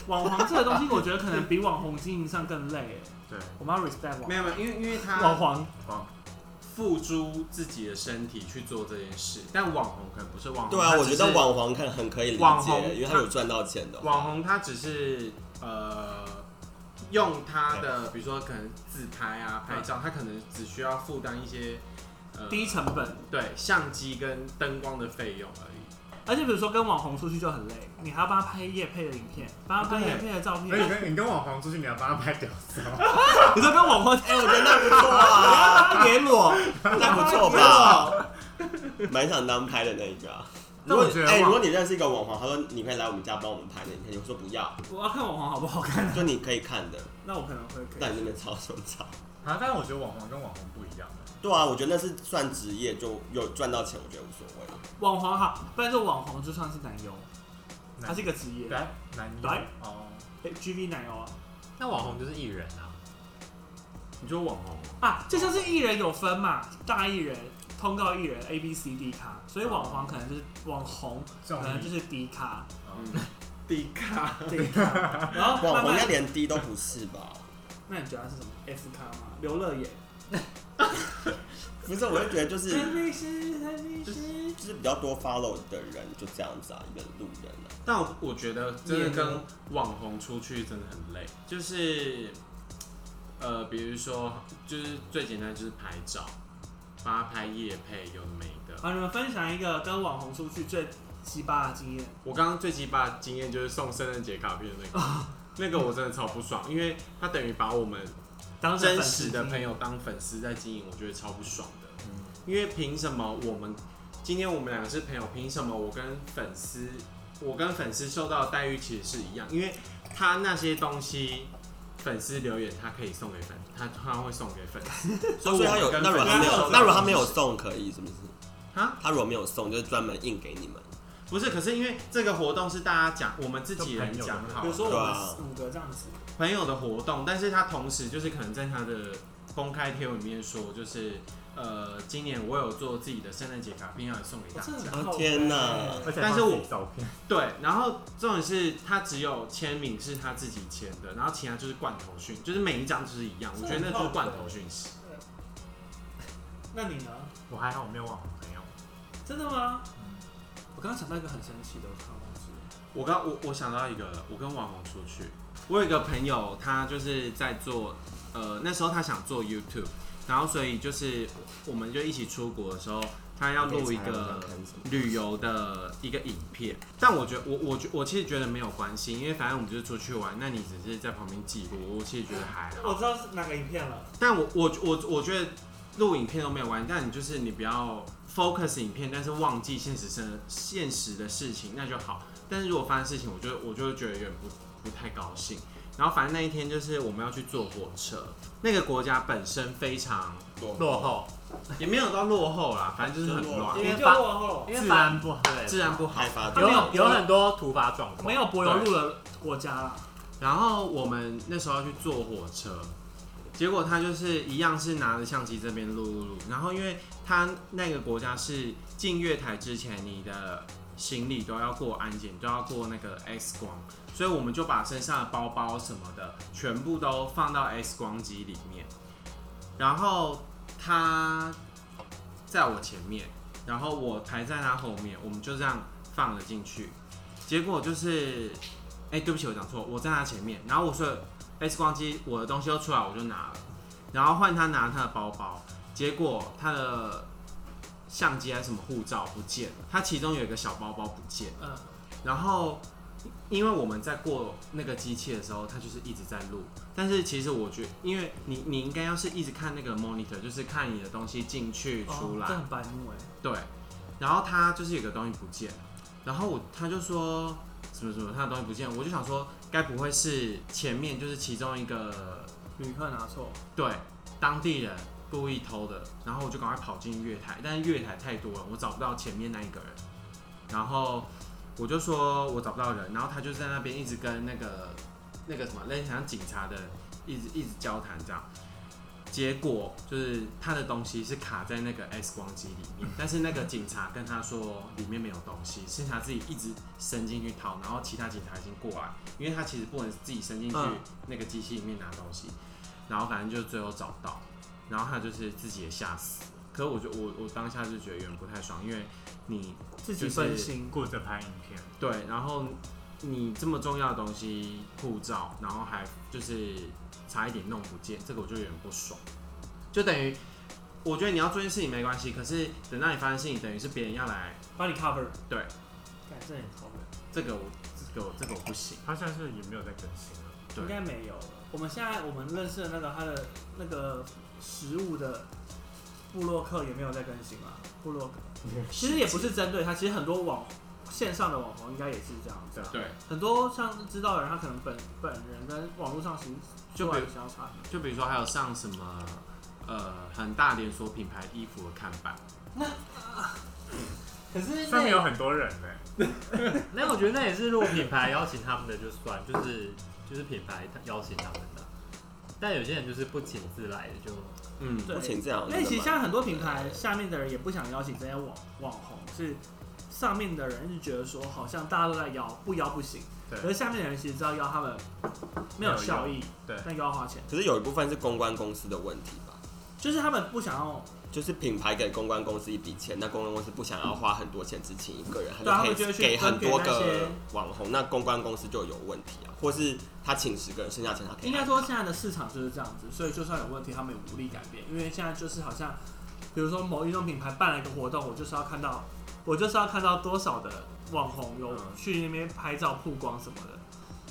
Speaker 1: 网红这个东西，我觉得可能比网红经营上更累耶。
Speaker 4: 对，
Speaker 1: 我们要 respect 网
Speaker 3: 没有没有，因为因为
Speaker 1: 网
Speaker 3: 他
Speaker 1: 黄。
Speaker 3: 付诸自己的身体去做这件事，但网红可能不是网红。
Speaker 5: 对啊，
Speaker 3: 他
Speaker 5: 我
Speaker 3: 只
Speaker 5: 觉
Speaker 3: 是
Speaker 5: 得网红看很可以理
Speaker 3: 网
Speaker 5: 解
Speaker 3: 红，
Speaker 5: 因为他有赚到钱的。
Speaker 3: 网红他只是呃用他的，比如说可能自拍啊、拍照，他可能只需要负担一些呃
Speaker 1: 低成本，
Speaker 3: 对相机跟灯光的费用而已。
Speaker 1: 而且比如说跟网红出去就很累，你还要帮他拍夜配的影片，帮他拍夜配的照
Speaker 4: 所以你
Speaker 1: 片。
Speaker 4: 跟你跟网红出去，你要帮他拍 屌丝哦。
Speaker 1: 你说跟网红，
Speaker 5: 哎，我觉得那不错啊，
Speaker 1: 给我，
Speaker 5: 那不错吧？蛮想当拍的那一个啊。如
Speaker 4: 但
Speaker 5: 果
Speaker 4: 我觉得
Speaker 5: 哎、
Speaker 4: 网
Speaker 5: 如果你认识一个网红，他说你可以来我们家帮我们拍的，你可以说不 要，
Speaker 1: 我要看网红好不好看，
Speaker 5: 就你可以看的，
Speaker 1: 那我可能会可
Speaker 5: 但
Speaker 1: 以。
Speaker 5: 你那边吵什么吵？
Speaker 4: 啊，但是我觉得网红跟网红不一样的，
Speaker 5: 对啊，我觉得那是算职业，就有赚到钱，我觉得无所谓。
Speaker 1: 网红好，不然就网红就算是奶油，它是一个职业，
Speaker 4: 来男优
Speaker 1: 来
Speaker 4: 哦，
Speaker 1: 哎，GV 奶油啊
Speaker 2: 那网红就是艺人啊，
Speaker 3: 你说网红
Speaker 1: 啊，就像是艺人有分嘛，大艺人、通告艺人 A B C D 卡，所以网黄可能就是网红，
Speaker 4: 这
Speaker 3: 哦
Speaker 1: 可
Speaker 4: 种
Speaker 1: 能就是迪卡
Speaker 3: 迪卡
Speaker 1: 这一卡， 然后
Speaker 5: 网
Speaker 1: 慢
Speaker 5: 红
Speaker 1: 慢
Speaker 5: 应该，连 D 都不是吧？
Speaker 1: 那你觉得它是什么 F 卡吗？刘乐也，
Speaker 5: 不是，我就觉得就是
Speaker 1: 还是还是
Speaker 5: 就是比较多 follow 的人就这样子啊，一个路人啊。
Speaker 3: 但我我觉得真的
Speaker 1: 你也没
Speaker 3: 跟
Speaker 1: 有
Speaker 3: 网红出去真的很累，就是呃，比如说就是最简单就是拍照，帮他拍夜配有的没的。
Speaker 1: 好，你们分享一个跟网红出去最奇葩的经验。
Speaker 3: 我刚刚最鸡巴的经验就是送圣诞节卡片那个，那个我真的超不爽，因为他等于把我们
Speaker 1: 当成
Speaker 3: 真
Speaker 1: 粉丝
Speaker 3: 实的
Speaker 1: 经
Speaker 3: 朋
Speaker 1: 验，
Speaker 3: 友当粉丝在经营，我觉得超不爽的。
Speaker 4: 嗯
Speaker 3: 因为凭什么我们今天我们两个是朋友，凭什么我跟粉丝，我跟粉丝受到的待遇其实是一样？因为他那些东西，粉丝留言他可以送给粉，他他会送给粉丝，所
Speaker 5: 哦
Speaker 3: 以
Speaker 5: 所
Speaker 3: 我
Speaker 5: 以他有，
Speaker 3: 们跟
Speaker 5: 那如果
Speaker 3: 粉丝
Speaker 5: 他没有
Speaker 3: 受，
Speaker 5: 那
Speaker 3: 到
Speaker 5: 如
Speaker 3: 的
Speaker 5: 果他没有
Speaker 3: 是
Speaker 5: 送，可以是不是？
Speaker 3: 啊，
Speaker 5: 他如果没有送，就是专门印给你们。
Speaker 3: 不是，可是因为这个活动是大家讲，我们自己
Speaker 2: 就
Speaker 3: 人
Speaker 2: 朋友的
Speaker 3: 讲好
Speaker 1: 比
Speaker 3: 的
Speaker 1: 如，说我
Speaker 5: 对啊
Speaker 1: 们五个这样子，
Speaker 3: 朋友的活动，但是他同时就是可能在他的公开贴文里面说，就是呃，今年我有做自己的圣诞节卡片要送给
Speaker 1: 我
Speaker 3: 大
Speaker 1: 真的
Speaker 3: 家，
Speaker 1: 很欸靠
Speaker 5: 哦天
Speaker 1: 北
Speaker 5: 哪
Speaker 4: 而且
Speaker 3: 但是
Speaker 4: 放自
Speaker 3: 我
Speaker 4: 己照片
Speaker 3: 对，然后重点是他只有签名是他自己签的，然后其他就是罐头讯，就是每一张就是一样，我觉得那就是罐头讯息。
Speaker 1: 那你呢？
Speaker 4: 我还好，我没有网红朋友。
Speaker 1: 真的吗？嗯我刚刚想到一个很神奇的，我刚刚忘记了。
Speaker 3: 我刚我我想到一个了，我跟网红出去，我有一个朋友，他就是在做，呃，那时候他想做 YouTube，然后所以就是我们就一起出国的时候，他要录一
Speaker 5: 你可以猜我想
Speaker 3: 个
Speaker 5: 看什么
Speaker 3: 旅游的一个影片，但我觉得我我觉我其实觉得没有关系，因为反正我们就是出去玩，那你只是在旁边记录，我其实觉得还好。
Speaker 1: 哦我知道是哪个影片了。
Speaker 3: 但我我我我觉得录影片都没有关系，但你就是你不要 focus 影片，但是忘记现实生现实的事情，那就好。但是如果发生事情，我就我就会觉得有点不不太高兴。然后反正那一天就是我们要去坐火车，那个国家本身非常
Speaker 2: 落后，
Speaker 3: 也没有到落后啦，反正就是很乱
Speaker 1: 你，
Speaker 2: 因为
Speaker 1: 们就
Speaker 2: 发
Speaker 1: 落后了。
Speaker 2: 因为
Speaker 4: 治
Speaker 2: 法
Speaker 4: 安不好，
Speaker 3: 治安不好
Speaker 5: 开。发
Speaker 1: 他
Speaker 2: 有
Speaker 1: 没有
Speaker 2: 有很多突发状况，
Speaker 1: 没有柏油路的国家啦，
Speaker 3: 然后我们那时候要去坐火车，结果他就是一样是拿着相机这边录录录，然后因为他那个国家是进月台之前你的行李都要过安检，都要过那个 X 光，所以我们就把身上的包包什么的全部都放到 X 光机里面，然后他在我前面，然后我排在他后面，我们就这样放了进去，结果就是哎、对不起，我讲错，我在他前面，然后我说 X 光机，我的东西都出来，我就拿了，然后换他拿他的包包，结果他的相机还是什么护照不见了，他其中有一个小包包不见了，
Speaker 1: 嗯，
Speaker 3: 然后因为我们在过那个机器的时候，他就是一直在录，但是其实我觉得，因为你你应该要是一直看那个 monitor，就是看你的东西进去出
Speaker 1: 哦
Speaker 3: 来，
Speaker 1: 这很白目哎。
Speaker 3: 对，然后他就是有个东西不见，然后我他就说什么什么他的东西不见，我就想说该不会是前面就是其中一个
Speaker 1: 旅客拿错，
Speaker 3: 对当地人故意偷的，然后我就赶快跑进月台，但是月台太多了，我找不到前面那一个人，然后我就说我找不到人，然后他就在那边一直跟那个那个什么类似像警察的一直一直交谈这样。结果就是他的东西是卡在那个 X 光机里面，但是那个警察跟他说里面没有东西，是他自己一直伸进去掏，然后其他警察已经过来，因为他其实不能自己伸进去
Speaker 1: 嗯
Speaker 3: 那个机器里面拿东西，然后反正就最后找到，然后他就是自己也吓死了。可是我就我我当下就觉得有点不太爽，因为你
Speaker 1: 自己
Speaker 3: 就是
Speaker 1: 分心，
Speaker 4: 顾着拍影片，
Speaker 3: 对，然后你这么重要的东西护照，然后还就是差一点弄不见，这个我就有点不爽。就等于我觉得你要做件事情没关系，可是等到你发生事情，等于是别人要来，
Speaker 1: 帮你 cover。
Speaker 3: 对，
Speaker 1: 干这很 cover，
Speaker 3: 这个我这个我这个我不行。
Speaker 4: 好像是也没有在更新啊了。
Speaker 3: 对
Speaker 1: 应该没有了。我们现在我们认识的那个他的那个食物的部落客也没有在更新啊，部落客其实也不是针对他，其实很多网线上的网红应该也是这样子。啊
Speaker 3: 对，
Speaker 1: 很多像知道的人，他可能本本人跟网络上行
Speaker 3: 就
Speaker 1: 出来
Speaker 3: 比
Speaker 1: 的相差很
Speaker 3: 就比如说还有上什么呃很大连锁品牌衣服的看板，
Speaker 1: 可是
Speaker 4: 上面有很多人呢、
Speaker 2: 那我觉得那也是，如果品牌邀请他们的就算，就是就是品牌邀请他们的，但有些人就是不请自来的就，
Speaker 3: 嗯，
Speaker 1: 对
Speaker 5: 不请这样，
Speaker 1: 因为其实现在很多品牌下面的人也不想邀请这些网网红，是上面的人是觉得说好像大家都在邀，不邀不行。
Speaker 4: 对
Speaker 1: 可是下面的人其实知道邀他们没有效益，
Speaker 4: 对
Speaker 1: 但又要花钱，
Speaker 5: 可是有一部分是公关公司的问题吧，
Speaker 1: 就是他们不想要，
Speaker 5: 就是品牌给公关公司一笔钱，那公关公司不想要花很多钱只请一个人，
Speaker 1: 对啊
Speaker 5: 他
Speaker 1: 他们就
Speaker 5: 就可以
Speaker 1: 会去
Speaker 5: 给很多
Speaker 1: 分给那
Speaker 5: 个
Speaker 1: 些
Speaker 5: 网红，那公关公司就有问题啊，或是他请十个人，剩下钱他可以
Speaker 1: 应该说现在的市场就是这样子，所以就算有问题，他们也无力改变，因为现在就是好像，比如说某运动品牌办了一个活动，我就是要看到，我就是要看到多少的网红有
Speaker 4: 嗯
Speaker 1: 去那边拍照曝光什么的，
Speaker 5: 嗯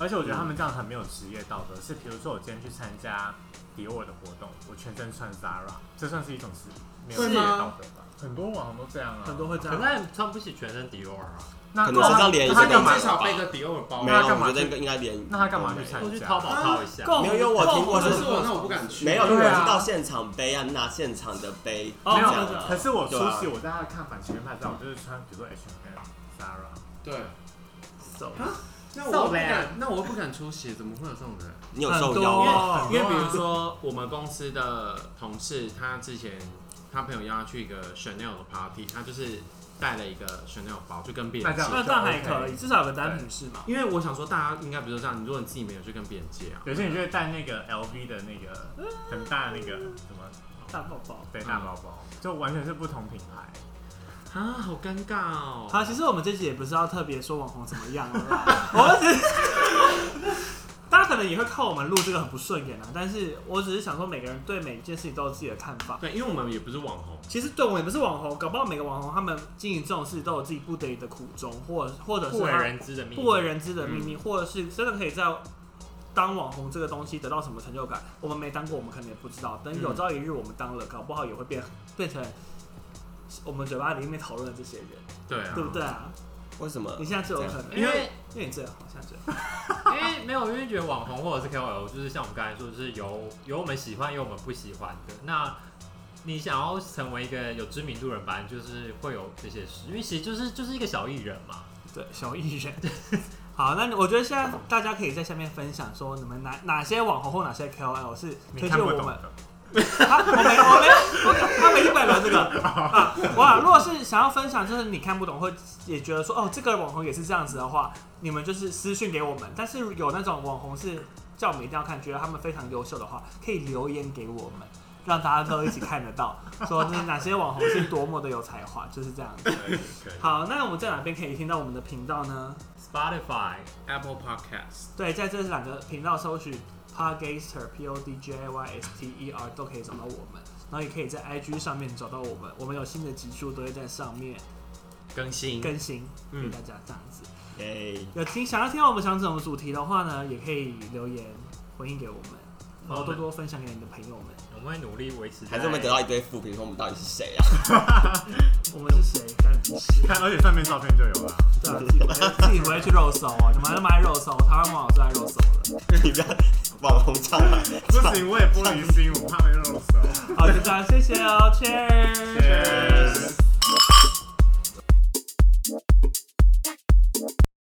Speaker 4: 而且我觉得他们这样很没有职业道德。是比如说我今天去参加迪奥的活动，我全身穿 Zara，这算是一种是没有
Speaker 3: 会
Speaker 4: 职业
Speaker 3: 吗
Speaker 4: 道德吧？很多网红都这样啊，
Speaker 1: 很多会这
Speaker 2: 可
Speaker 1: 样
Speaker 2: 是。他穿不起全身迪奥啊，
Speaker 4: 那
Speaker 5: 可能身上连一
Speaker 4: 他
Speaker 5: 件
Speaker 4: 干嘛
Speaker 5: 都？少背
Speaker 3: 个迪奥的包
Speaker 5: 没
Speaker 4: 那
Speaker 5: 有，
Speaker 4: 他干嘛
Speaker 5: 我觉
Speaker 4: 去
Speaker 5: 得应该连
Speaker 4: 那他干嘛去参
Speaker 2: 都
Speaker 4: 加？
Speaker 2: 去淘宝淘一下。
Speaker 1: 啊够
Speaker 5: 没有因为我听过
Speaker 1: 够够
Speaker 5: 是
Speaker 1: 够
Speaker 3: 哦那我不敢去
Speaker 5: 嗯没有，因为
Speaker 4: 对
Speaker 5: 我
Speaker 4: 啊
Speaker 5: 是到现场背啊，拿现场的背，
Speaker 1: 哦
Speaker 5: 这
Speaker 4: 没
Speaker 5: 样
Speaker 1: 我知
Speaker 5: 子
Speaker 1: 道
Speaker 4: 可是我出
Speaker 5: 对啊
Speaker 4: 席，我在他的看板前面拍照，我就是穿比如说 H&M、Zara。
Speaker 3: 对，
Speaker 1: 走
Speaker 3: 那我又不敢，那我又不敢出血，怎么会有这种人？
Speaker 5: 你有受
Speaker 1: 很
Speaker 5: 邀
Speaker 1: 多
Speaker 5: 吗？
Speaker 1: 哦
Speaker 3: 因为比如说我们公司的同事，他之前他朋友邀他去一个 Chanel 的 party，他就是带了一个 Chanel 包，就跟别人
Speaker 4: 大
Speaker 3: 借
Speaker 4: 家。
Speaker 1: 那这样还可以，至少有个单品是嘛。
Speaker 3: 因为我想说，大家应该不是这样，你如果你自己没有，就跟别人借啊。
Speaker 4: 有些人就会带那个 LV 的那个
Speaker 1: 嗯
Speaker 4: 很大的那个什么
Speaker 1: 大宝宝。
Speaker 4: 对大包包，就完全是不同品牌。
Speaker 3: 啊，好尴尬哦。
Speaker 1: 好，其实我们这集也不是要特别说网红怎么样了啦， 我只是 大家可能也会看我们录这个很不顺眼啊，但是我只是想说，每个人对每一件事情都有自己的看法。
Speaker 3: 对，因为我们也不是网红，
Speaker 1: 其实对我们也不是网红，搞不好每个网红他们经营这种事都有自己不得已的苦衷，或者或者是
Speaker 2: 不为
Speaker 1: 他
Speaker 2: 人知的秘密，嗯
Speaker 1: 不为人知的秘密，或者是真的可以在当网红这个东西得到什么成就感，我们没当过，我们可能也不知道。
Speaker 2: 嗯
Speaker 1: 等有朝一日我们当了，搞不好也会变变成我们嘴巴里面讨论的这些人，
Speaker 3: 对啊，
Speaker 1: 对不对啊？
Speaker 5: 为什么？
Speaker 1: 你现在最有可能，
Speaker 2: 因为
Speaker 1: 因为你最好，现在最好。
Speaker 2: 因为没有，因为觉得网红或者是 KOL，就是像我们刚才说，就是有有我们喜欢，有我们不喜欢的。那你想要成为一个有知名度的人，反正就是会有这些事，因为其实就是就是一个小艺人嘛。
Speaker 1: 对，小艺人， 好，那我觉得现在大家可以在下面分享说，你们哪哪些网红或哪些 KOL 是
Speaker 4: 你
Speaker 1: 推
Speaker 4: 看
Speaker 1: 荐
Speaker 4: 不
Speaker 1: 我
Speaker 4: 懂
Speaker 1: 们？
Speaker 4: 的，
Speaker 1: 他我没我没我他没一百聊这个啊！哇，如果是想要分享，就是你看不懂或也觉得说哦，这个网红也是这样子的话，你们就是私讯给我们。但是有那种网红是叫我们一定要看，觉得他们非常优秀的话，可以留言给我们。让大家都一起看得到，说那哪些网红是多么的有才华，就是这样子。
Speaker 4: 可以可以。
Speaker 1: 好，那我们在哪边可以听到我们的频道呢？
Speaker 2: Spotify、
Speaker 3: Apple Podcast
Speaker 1: 对，在这两个频道搜取 Podgaster P O D J A Y S T E R 都可以找到我们，然后也可以在 IG 上面找到我们，我们有新的集数都会在上面
Speaker 3: 更新，
Speaker 1: 更新给
Speaker 3: 嗯
Speaker 1: 大家这样子。
Speaker 5: 耶，
Speaker 1: 有听想要听到我们想怎么主题的话呢，也可以留言回应给我们，然后多多分享给你的朋友们。
Speaker 2: 我们会努力维持在。
Speaker 5: 还是我们得到一堆负评，说我们到底是谁啊？
Speaker 1: 我们是谁？干不是？
Speaker 4: 看，而且上面照片就有了。
Speaker 1: 对啊，自己不会自己不会去肉搜啊，你们他妈爱肉搜，台湾网友最爱肉搜了。
Speaker 5: 你不要网红唱吧，
Speaker 4: 不行，我也玻璃心，我怕没肉手。
Speaker 1: 好，就这样，谢谢哦，Cheers。